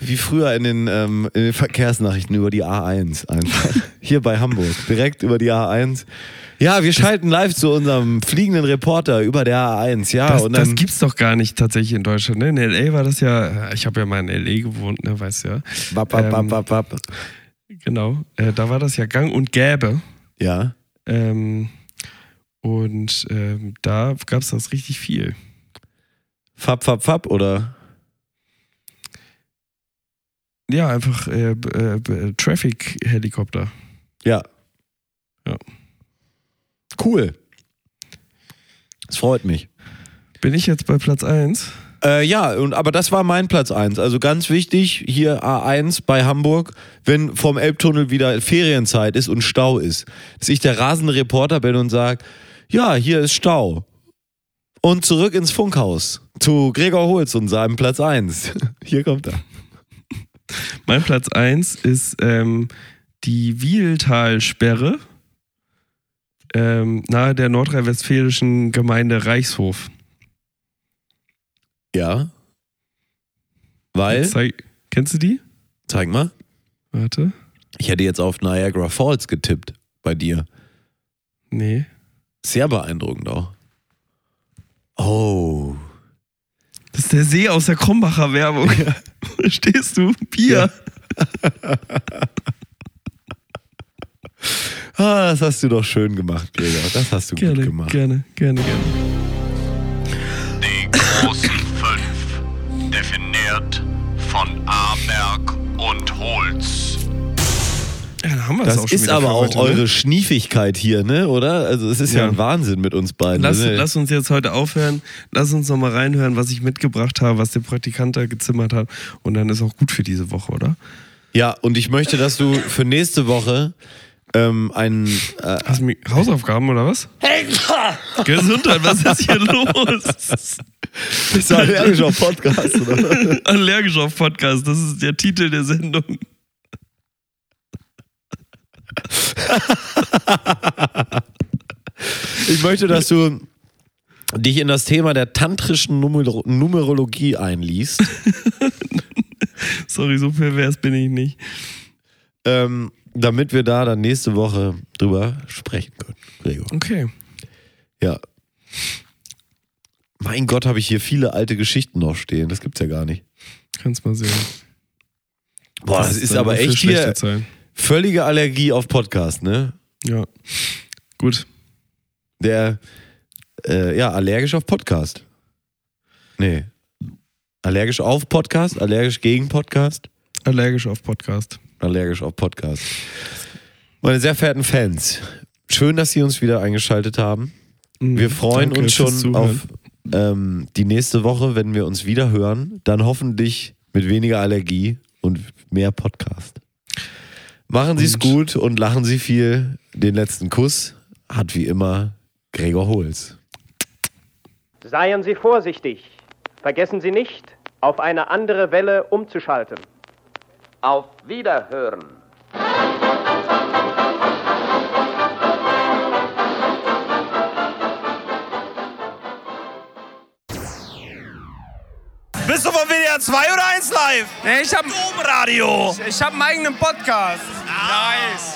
Speaker 3: Wie früher in den, ähm, in den Verkehrsnachrichten über die A1 einfach. Hier bei Hamburg, direkt über die A1. Ja, wir schalten live zu unserem fliegenden Reporter über der A1. Ja,
Speaker 2: Das,
Speaker 3: und
Speaker 2: das
Speaker 3: dann
Speaker 2: gibt's doch gar nicht tatsächlich in Deutschland. Ne? In L.A. war das ja, ich habe ja mal in L.A. gewohnt, ne, weißt du ja.
Speaker 3: wapp, wapp, wapp,
Speaker 2: ähm,
Speaker 3: wapp, wapp.
Speaker 2: Genau. Äh, da war das ja gang und gäbe.
Speaker 3: Ja,
Speaker 2: Ähm, und ähm, da gab's das richtig viel.
Speaker 3: fapp, fapp, fapp oder
Speaker 2: Ja, einfach äh, b- äh, b- Traffic-Helikopter.
Speaker 3: ja.
Speaker 2: Ja.
Speaker 3: Cool. Das freut mich.
Speaker 2: Bin ich jetzt bei Platz 1?
Speaker 3: Äh, ja, und, aber das war mein Platz 1. Also ganz wichtig, hier A1 bei Hamburg, wenn vom Elbtunnel wieder Ferienzeit ist und Stau ist, dass ich der rasende Reporter bin und sage, ja, hier ist Stau. Und zurück ins Funkhaus zu Gregor Holz und seinem Platz 1. Hier kommt er.
Speaker 2: Mein Platz 1 ist ähm, die Wieltalsperre ähm, nahe der nordrhein-westfälischen Gemeinde Reichshof.
Speaker 3: Ja. Weil,
Speaker 2: Zeig, kennst du die?
Speaker 3: zeig mal,
Speaker 2: Warte.
Speaker 3: ich hätte jetzt auf Niagara Falls getippt bei dir.
Speaker 2: Nee.
Speaker 3: Sehr beeindruckend auch. Oh.
Speaker 2: Das ist der See aus der Krombacher Werbung. Verstehst du? Bier.
Speaker 3: Ah, das hast du doch schön gemacht, Gregor. Das hast du
Speaker 2: Gerne,
Speaker 3: gut gemacht.
Speaker 2: gerne, gerne, gerne.
Speaker 4: Die großen fünf, definiert von Aberg und Holz.
Speaker 2: Ja, dann haben wir
Speaker 3: Das
Speaker 2: auch schon
Speaker 3: ist
Speaker 2: wieder
Speaker 3: aber
Speaker 2: für
Speaker 3: auch
Speaker 2: heute, ne?
Speaker 3: eure Schniefigkeit hier, ne? Oder? Also es ist ja,
Speaker 2: Ja.
Speaker 3: ein Wahnsinn mit uns beiden.
Speaker 2: Lass,
Speaker 3: ne?
Speaker 2: lass uns jetzt heute aufhören. Lass uns nochmal reinhören, was ich mitgebracht habe, was der Praktikant da gezimmert hat. Und dann ist auch gut für diese Woche, oder?
Speaker 3: Ja, und ich möchte, dass du für nächste Woche ähm, einen. Äh,
Speaker 2: Hast du mir Hausaufgaben oder was? Gesundheit, was ist hier los?
Speaker 3: ist ein allergischer Podcast, oder?
Speaker 2: Allergisch auf Podcast, das ist der Titel der Sendung.
Speaker 3: Ich möchte, dass du dich in das Thema der tantrischen Numero Numerologie einliest.
Speaker 2: Sorry, so pervers bin ich nicht.
Speaker 3: ähm, damit wir da dann nächste Woche drüber sprechen können, Gregor.
Speaker 2: Okay.
Speaker 3: Ja. Mein Gott, habe ich hier viele alte Geschichten noch stehen. Das gibt's ja gar nicht.
Speaker 2: Kannst mal sehen.
Speaker 3: Boah, das, ist
Speaker 2: dann
Speaker 3: aber
Speaker 2: nur für
Speaker 3: echt
Speaker 2: schlechte
Speaker 3: hier
Speaker 2: Zeilen.
Speaker 3: völlige Allergie auf Podcast, ne?
Speaker 2: Ja. Gut.
Speaker 3: Der, äh, ja, allergisch auf Podcast. Nee. Allergisch auf Podcast, allergisch gegen Podcast,
Speaker 2: Allergisch auf Podcast.
Speaker 3: allergisch auf Podcast. Meine sehr verehrten Fans, schön, dass Sie uns wieder eingeschaltet haben.
Speaker 2: Mhm.
Speaker 3: Wir freuen
Speaker 2: Danke
Speaker 3: uns
Speaker 2: fürs
Speaker 3: schon
Speaker 2: Zuhören.
Speaker 3: auf ähm, die nächste Woche, wenn wir uns wieder hören. Dann hoffentlich mit weniger Allergie und mehr Podcast. Machen Sie es
Speaker 2: Und-
Speaker 3: gut und lachen Sie viel. Den letzten Kuss hat wie immer Gregor Holz.
Speaker 5: Seien Sie vorsichtig. Vergessen Sie nicht, auf eine andere Welle umzuschalten.
Speaker 6: Auf Wiederhören.
Speaker 7: Bist du von WDR 2 oder 1 Live?
Speaker 8: Nee, ich hab,
Speaker 7: Radio.
Speaker 8: ich hab einen eigenen Podcast.
Speaker 7: Nice.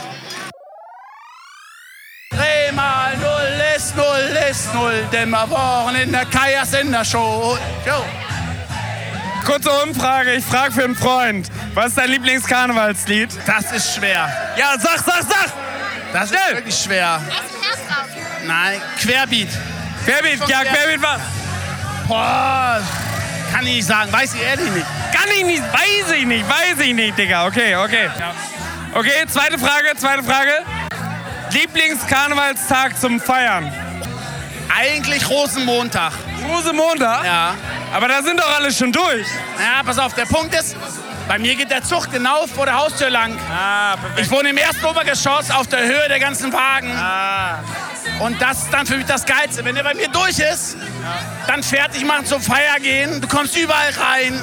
Speaker 8: 3 mal 0 ist 0 ist 0, denn wir waren in der Kajas in der Show. Jo. Kurze Umfrage, ich frage für einen Freund. Was ist dein Lieblingskarnevalslied?
Speaker 7: Das ist schwer. Ja, sag, sag, sag.
Speaker 8: Das ist wirklich schwer.
Speaker 9: Aus dem Herz raus.
Speaker 8: Nein, Querbeat.
Speaker 7: Querbeat, ja, Querbeat war.
Speaker 8: Boah, kann ich nicht sagen, weiß ich ehrlich nicht.
Speaker 7: Kann ich nicht, weiß ich nicht, weiß ich nicht, Digga. Okay, okay. Okay, zweite Frage, zweite Frage. Lieblingskarnevalstag zum Feiern.
Speaker 8: Eigentlich Rosenmontag.
Speaker 7: Rosenmontag?
Speaker 8: Ja.
Speaker 7: Aber da sind doch alle schon durch.
Speaker 8: Ja, pass auf, der Punkt ist, bei mir geht der Zug genau vor der Haustür lang.
Speaker 7: Ah, perfekt.
Speaker 8: Ich wohne im ersten Obergeschoss auf der Höhe der ganzen Wagen.
Speaker 7: Ah.
Speaker 8: Und das ist dann für mich das Geilste. Wenn der bei mir durch ist, dann fertig machen, zum Feier gehen. Du kommst überall rein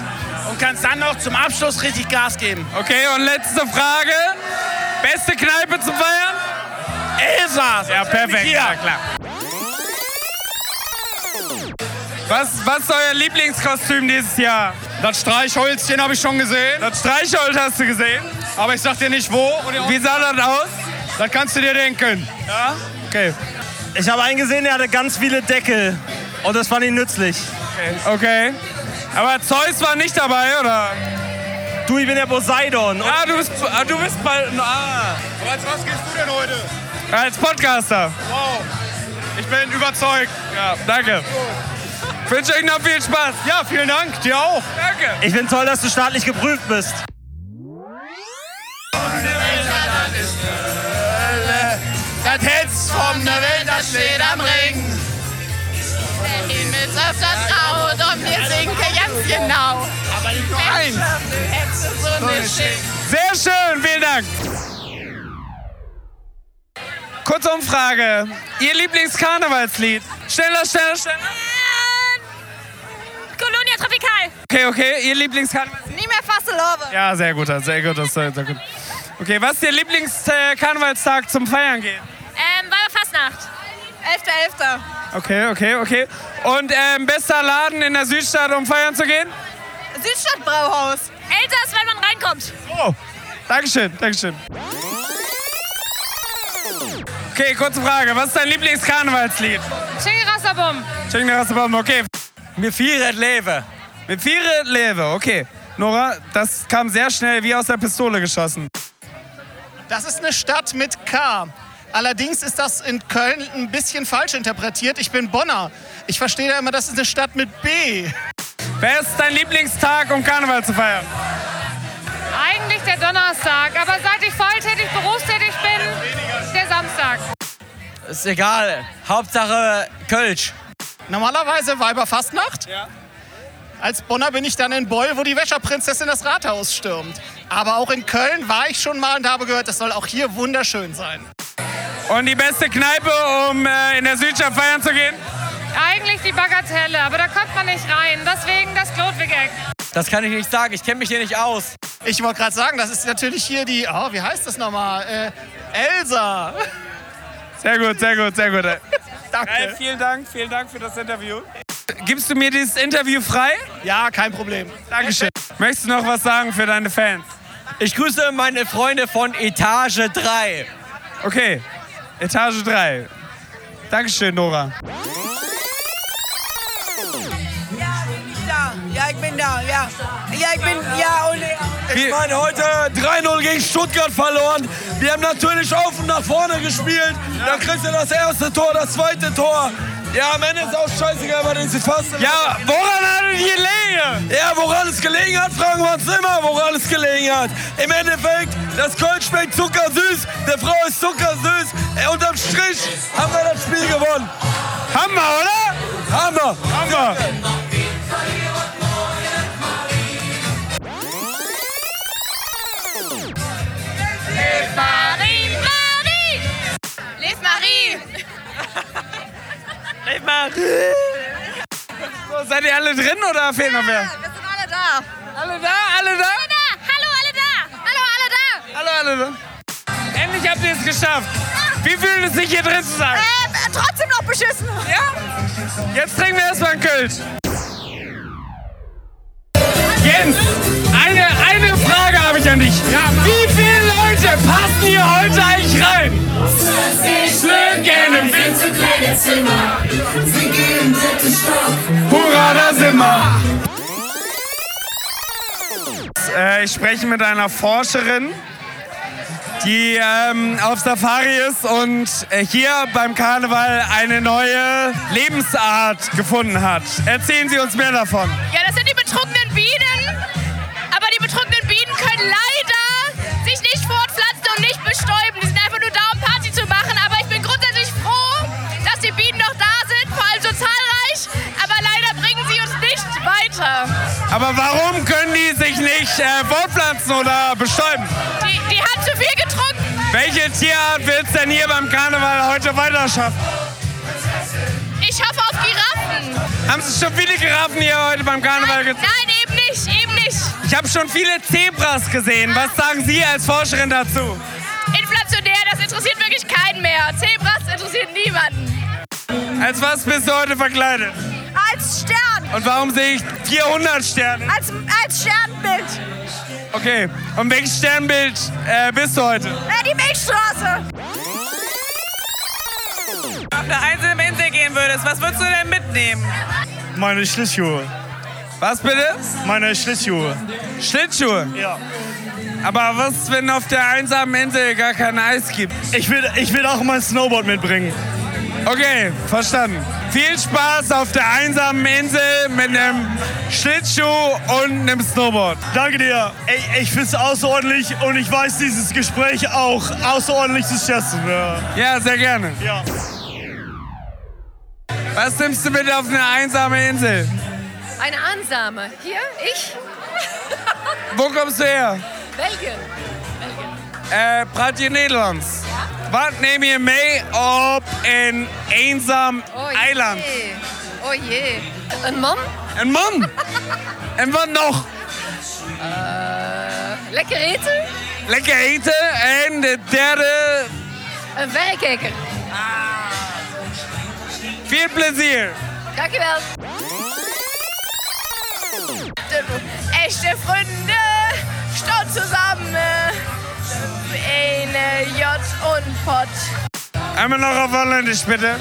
Speaker 8: und kannst dann noch zum Abschluss richtig Gas geben.
Speaker 7: Okay, und letzte Frage. Beste Kneipe zum Feiern?
Speaker 8: Elsass!
Speaker 7: Ja, perfekt.
Speaker 8: Hier.
Speaker 7: Ja, klar. Was, was ist euer Lieblingskostüm dieses Jahr?
Speaker 8: Das Streichholzchen habe ich schon gesehen.
Speaker 7: Das Streichholz hast du gesehen.
Speaker 8: Aber ich sag dir nicht wo.
Speaker 7: Wie sah das aus?
Speaker 8: Das kannst du dir denken.
Speaker 10: Ich habe einen gesehen, der hatte ganz viele Deckel. Und das fand ich nützlich.
Speaker 7: Okay. Aber Zeus war nicht dabei, oder?
Speaker 10: Du, ich bin der Poseidon. Und
Speaker 7: Ah, du bist, ah, du bist bei. Ah.
Speaker 8: Als was gehst du denn heute?
Speaker 7: Als Podcaster.
Speaker 8: Wow. Ich bin überzeugt.
Speaker 7: Ja, danke. Ich wünsche euch noch viel Spaß.
Speaker 8: Ja, vielen Dank. Dir auch.
Speaker 7: Danke.
Speaker 10: ich finde toll, dass du staatlich geprüft bist.
Speaker 8: Das Herz von
Speaker 11: ne
Speaker 8: der Welt, das steht am Ring.
Speaker 9: Der Himmel ist öfters grau und wir sinken ganz genau.
Speaker 8: Aber nicht nur eins.
Speaker 9: Hättest du so eine Schicht.
Speaker 7: Sehr schön, vielen Dank. Kurze Umfrage. Ihr Lieblingskarnevalslied? Schneller, schneller, schneller.
Speaker 9: Colonia Tropical.
Speaker 7: Okay, okay. Ihr Lieblingskarnevalslied?
Speaker 9: Nie mehr Fasselove.
Speaker 7: Ja, sehr gut, sehr gut, das ist sehr gut. Okay, was ist Ihr Lieblingskarnevalstag zum Feiern geht?
Speaker 9: Ähm, war Fastnacht. 11.11.
Speaker 7: Okay, okay, okay. Und ähm, bester Laden in der Südstadt, um feiern zu gehen?
Speaker 9: Südstadtbrauhaus. Älter ist, wenn man reinkommt.
Speaker 7: Oh, Dankeschön, Dankeschön. Okay, kurze Frage. Was ist dein Lieblingskarnevalslied?
Speaker 9: Schöne Rassabum.
Speaker 7: Schenk mir was zu Bomben, okay.
Speaker 10: Mir fehlt Leben.
Speaker 7: Mit vier Lewe, okay. Nora, das kam sehr schnell wie aus der Pistole geschossen.
Speaker 11: Das ist eine Stadt mit K. Allerdings ist das in Köln ein bisschen falsch interpretiert. Ich bin Bonner. Ich verstehe da immer, das ist eine Stadt mit B.
Speaker 7: Wer ist dein Lieblingstag, um Karneval zu feiern?
Speaker 9: Eigentlich der Donnerstag, aber seit ich volltätig berufstätig bin, der Samstag.
Speaker 10: Ist egal. Hauptsache Kölsch.
Speaker 11: Normalerweise Weiberfastnacht. Ja. Als Bonner bin ich dann in Beul, wo die Wäscherprinzessin das Rathaus stürmt. Aber auch in Köln war ich schon mal und habe gehört, das soll auch hier wunderschön sein.
Speaker 7: Und die beste Kneipe, um äh, in der Südstadt feiern zu gehen?
Speaker 9: Eigentlich die Bagatelle, aber da kommt man nicht rein. Deswegen das Klotwig-Eck.
Speaker 10: Das kann ich nicht sagen. Ich kenne mich hier nicht aus.
Speaker 11: Ich wollte gerade sagen, das ist natürlich hier die, oh, wie heißt das nochmal? Äh, Elsa.
Speaker 7: Sehr gut, sehr gut, sehr gut.
Speaker 11: Danke.
Speaker 7: vielen Dank, vielen Dank für das Interview. Gibst du mir dieses Interview frei?
Speaker 11: Ja, kein Problem.
Speaker 7: Dankeschön. Möchtest du noch was sagen für deine Fans?
Speaker 10: Ich grüße meine Freunde von Etage 3.
Speaker 7: Okay, Etage 3. Dankeschön, Nora.
Speaker 10: Ja, ich bin da, ja. Ja, ich bin, ja, und... Ich meine, heute 3-0 gegen Stuttgart verloren. Wir haben natürlich offen nach vorne gespielt. Da kriegst du das erste Tor, das zweite Tor. Ja, am Ende ist auch scheißegal, weil den sie fast...
Speaker 7: Ja, woran hat es gelegen?
Speaker 10: Ja, woran es gelegen hat, fragen wir uns immer, woran es gelegen hat. Im Endeffekt, das Köln schmeckt zuckersüß, der Frau ist zuckersüß. Äh, Unterm Strich haben wir das Spiel gewonnen.
Speaker 7: Hammer, oder?
Speaker 10: Hammer!
Speaker 7: Hammer.
Speaker 9: Marie, Marie! Lev Marie!
Speaker 7: So, seid ihr alle drin oder fehlt noch wer?
Speaker 9: Wir sind alle da.
Speaker 7: Alle da, alle da?
Speaker 9: Da, hallo alle da. Hallo alle da.
Speaker 7: Alle, alle ne? da. Endlich habt ihr es geschafft. Wie fühlt es sich hier drin zu sein?
Speaker 9: Ähm, trotzdem noch beschissen.
Speaker 7: Ja? Jetzt trinken wir erstmal einen Kölsch. Jens, eine, eine Frage habe ich an dich. Wie viele Leute passen hier heute eigentlich rein? Schlöcken im Wind zu kleine Zimmer.
Speaker 9: im dritten
Speaker 7: Hurra, da sind wir. Äh, ich spreche mit einer Forscherin die ähm, auf Safari ist und äh, hier beim Karneval eine neue Lebensart gefunden hat. Erzählen Sie uns mehr davon.
Speaker 9: Ja, das sind die betrunkenen Bienen. Aber die betrunkenen Bienen können leider sich nicht fortpflanzen und nicht bestäuben. Die sind einfach nur da, um Party zu machen. Aber ich bin grundsätzlich froh, dass die Bienen noch da sind, vor allem so zahlreich. Aber leider bringen sie uns nicht weiter.
Speaker 7: Aber warum können die sich nicht äh, fortpflanzen oder bestäuben?
Speaker 9: Die, die hat zu viel getrunken.
Speaker 7: Welche Tierart wird es denn hier beim Karneval heute weiter schaffen?
Speaker 9: Ich hoffe auf Giraffen.
Speaker 7: Haben Sie schon viele Giraffen hier heute beim Karneval gezeigt?
Speaker 9: Nein, eben nicht, eben nicht.
Speaker 7: Ich habe schon viele Zebras gesehen. Was sagen Sie als Forscherin dazu?
Speaker 9: Inflationär, das interessiert wirklich keinen mehr. Zebras interessiert niemanden.
Speaker 7: Als was bist du heute verkleidet?
Speaker 12: Als Stern.
Speaker 7: Und warum sehe ich 400 Sterne?
Speaker 12: Als, als Sternbild.
Speaker 7: Okay, und welches Sternbild äh, bist du heute?
Speaker 12: Äh, die Milchstraße.
Speaker 13: Auf eine einzelne Insel gehen würdest, was würdest du denn mitnehmen?
Speaker 8: Meine Schlittschuhe.
Speaker 7: Was bitte?
Speaker 8: Meine Schlittschuhe.
Speaker 7: Schlittschuhe?
Speaker 8: Ja.
Speaker 7: Aber was, wenn auf der einsamen Insel gar kein Eis gibt?
Speaker 8: Ich will, ich will auch mein Snowboard mitbringen.
Speaker 7: Okay, verstanden. Viel Spaß auf der einsamen Insel mit einem Schlittschuh und einem Snowboard.
Speaker 8: Danke dir. Ey, ich find's außerordentlich und ich weiß dieses Gespräch auch außerordentlich zu schätzen. Ja,
Speaker 7: ja sehr gerne.
Speaker 8: Ja.
Speaker 7: Was nimmst du mit auf eine einsame Insel?
Speaker 14: Eine Ansame. Hier, ich?
Speaker 7: Wo kommst du her?
Speaker 14: Belgien.
Speaker 7: Äh, praat je Nederlands? Wat neem je mee op een eenzaam
Speaker 9: Oh,
Speaker 7: eiland?
Speaker 14: Oh je. Een man?
Speaker 7: Een man? en wat nog?
Speaker 14: Eh, lekker eten?
Speaker 7: Lekker eten en de derde...
Speaker 14: Een verrekijker.
Speaker 7: Veel plezier.
Speaker 14: Dankjewel.
Speaker 9: Echte Freunde, staut zusammen. Eine J und Pott.
Speaker 7: Einmal noch auf Holländisch, bitte.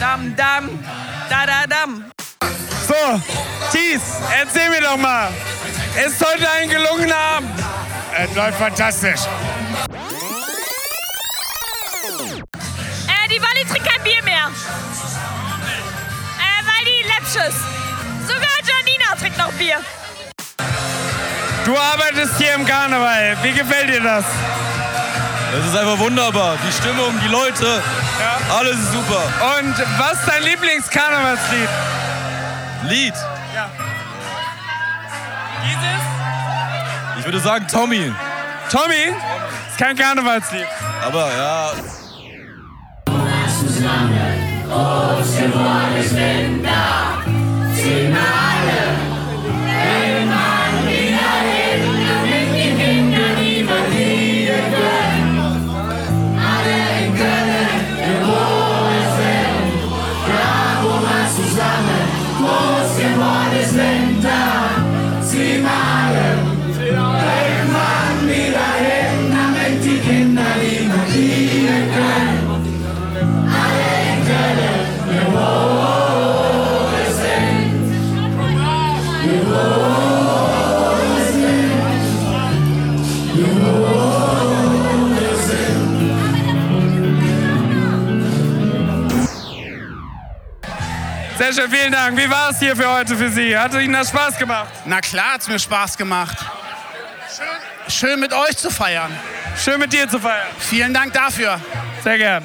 Speaker 13: Dam, dam, da, da, dam.
Speaker 7: So, Thies, erzähl mir doch mal. Ist heute ein gelungener Abend?
Speaker 8: Es läuft fantastisch.
Speaker 9: Äh, die Wally trinkt kein Bier mehr. Äh, weil die läppsch ist. Sogar Janina trinkt noch Bier.
Speaker 7: Du arbeitest hier im Karneval. Wie gefällt dir das?
Speaker 15: Es ist einfach wunderbar. Die Stimmung, die Leute, alles ist super.
Speaker 7: Und was ist dein Lieblingskarnevalslied?
Speaker 15: Lied.
Speaker 7: Ja.
Speaker 15: Ich würde sagen Tommy.
Speaker 7: Tommy? Ist kein Karnevalslied.
Speaker 15: Aber ja.
Speaker 7: Sehr schön, vielen Dank. Wie war es hier für heute für Sie? Hat Ihnen das Spaß gemacht?
Speaker 16: Na klar, hat's mir Spaß gemacht. Schön mit euch zu feiern.
Speaker 7: Schön mit dir zu feiern.
Speaker 16: Vielen Dank dafür.
Speaker 7: Sehr gern.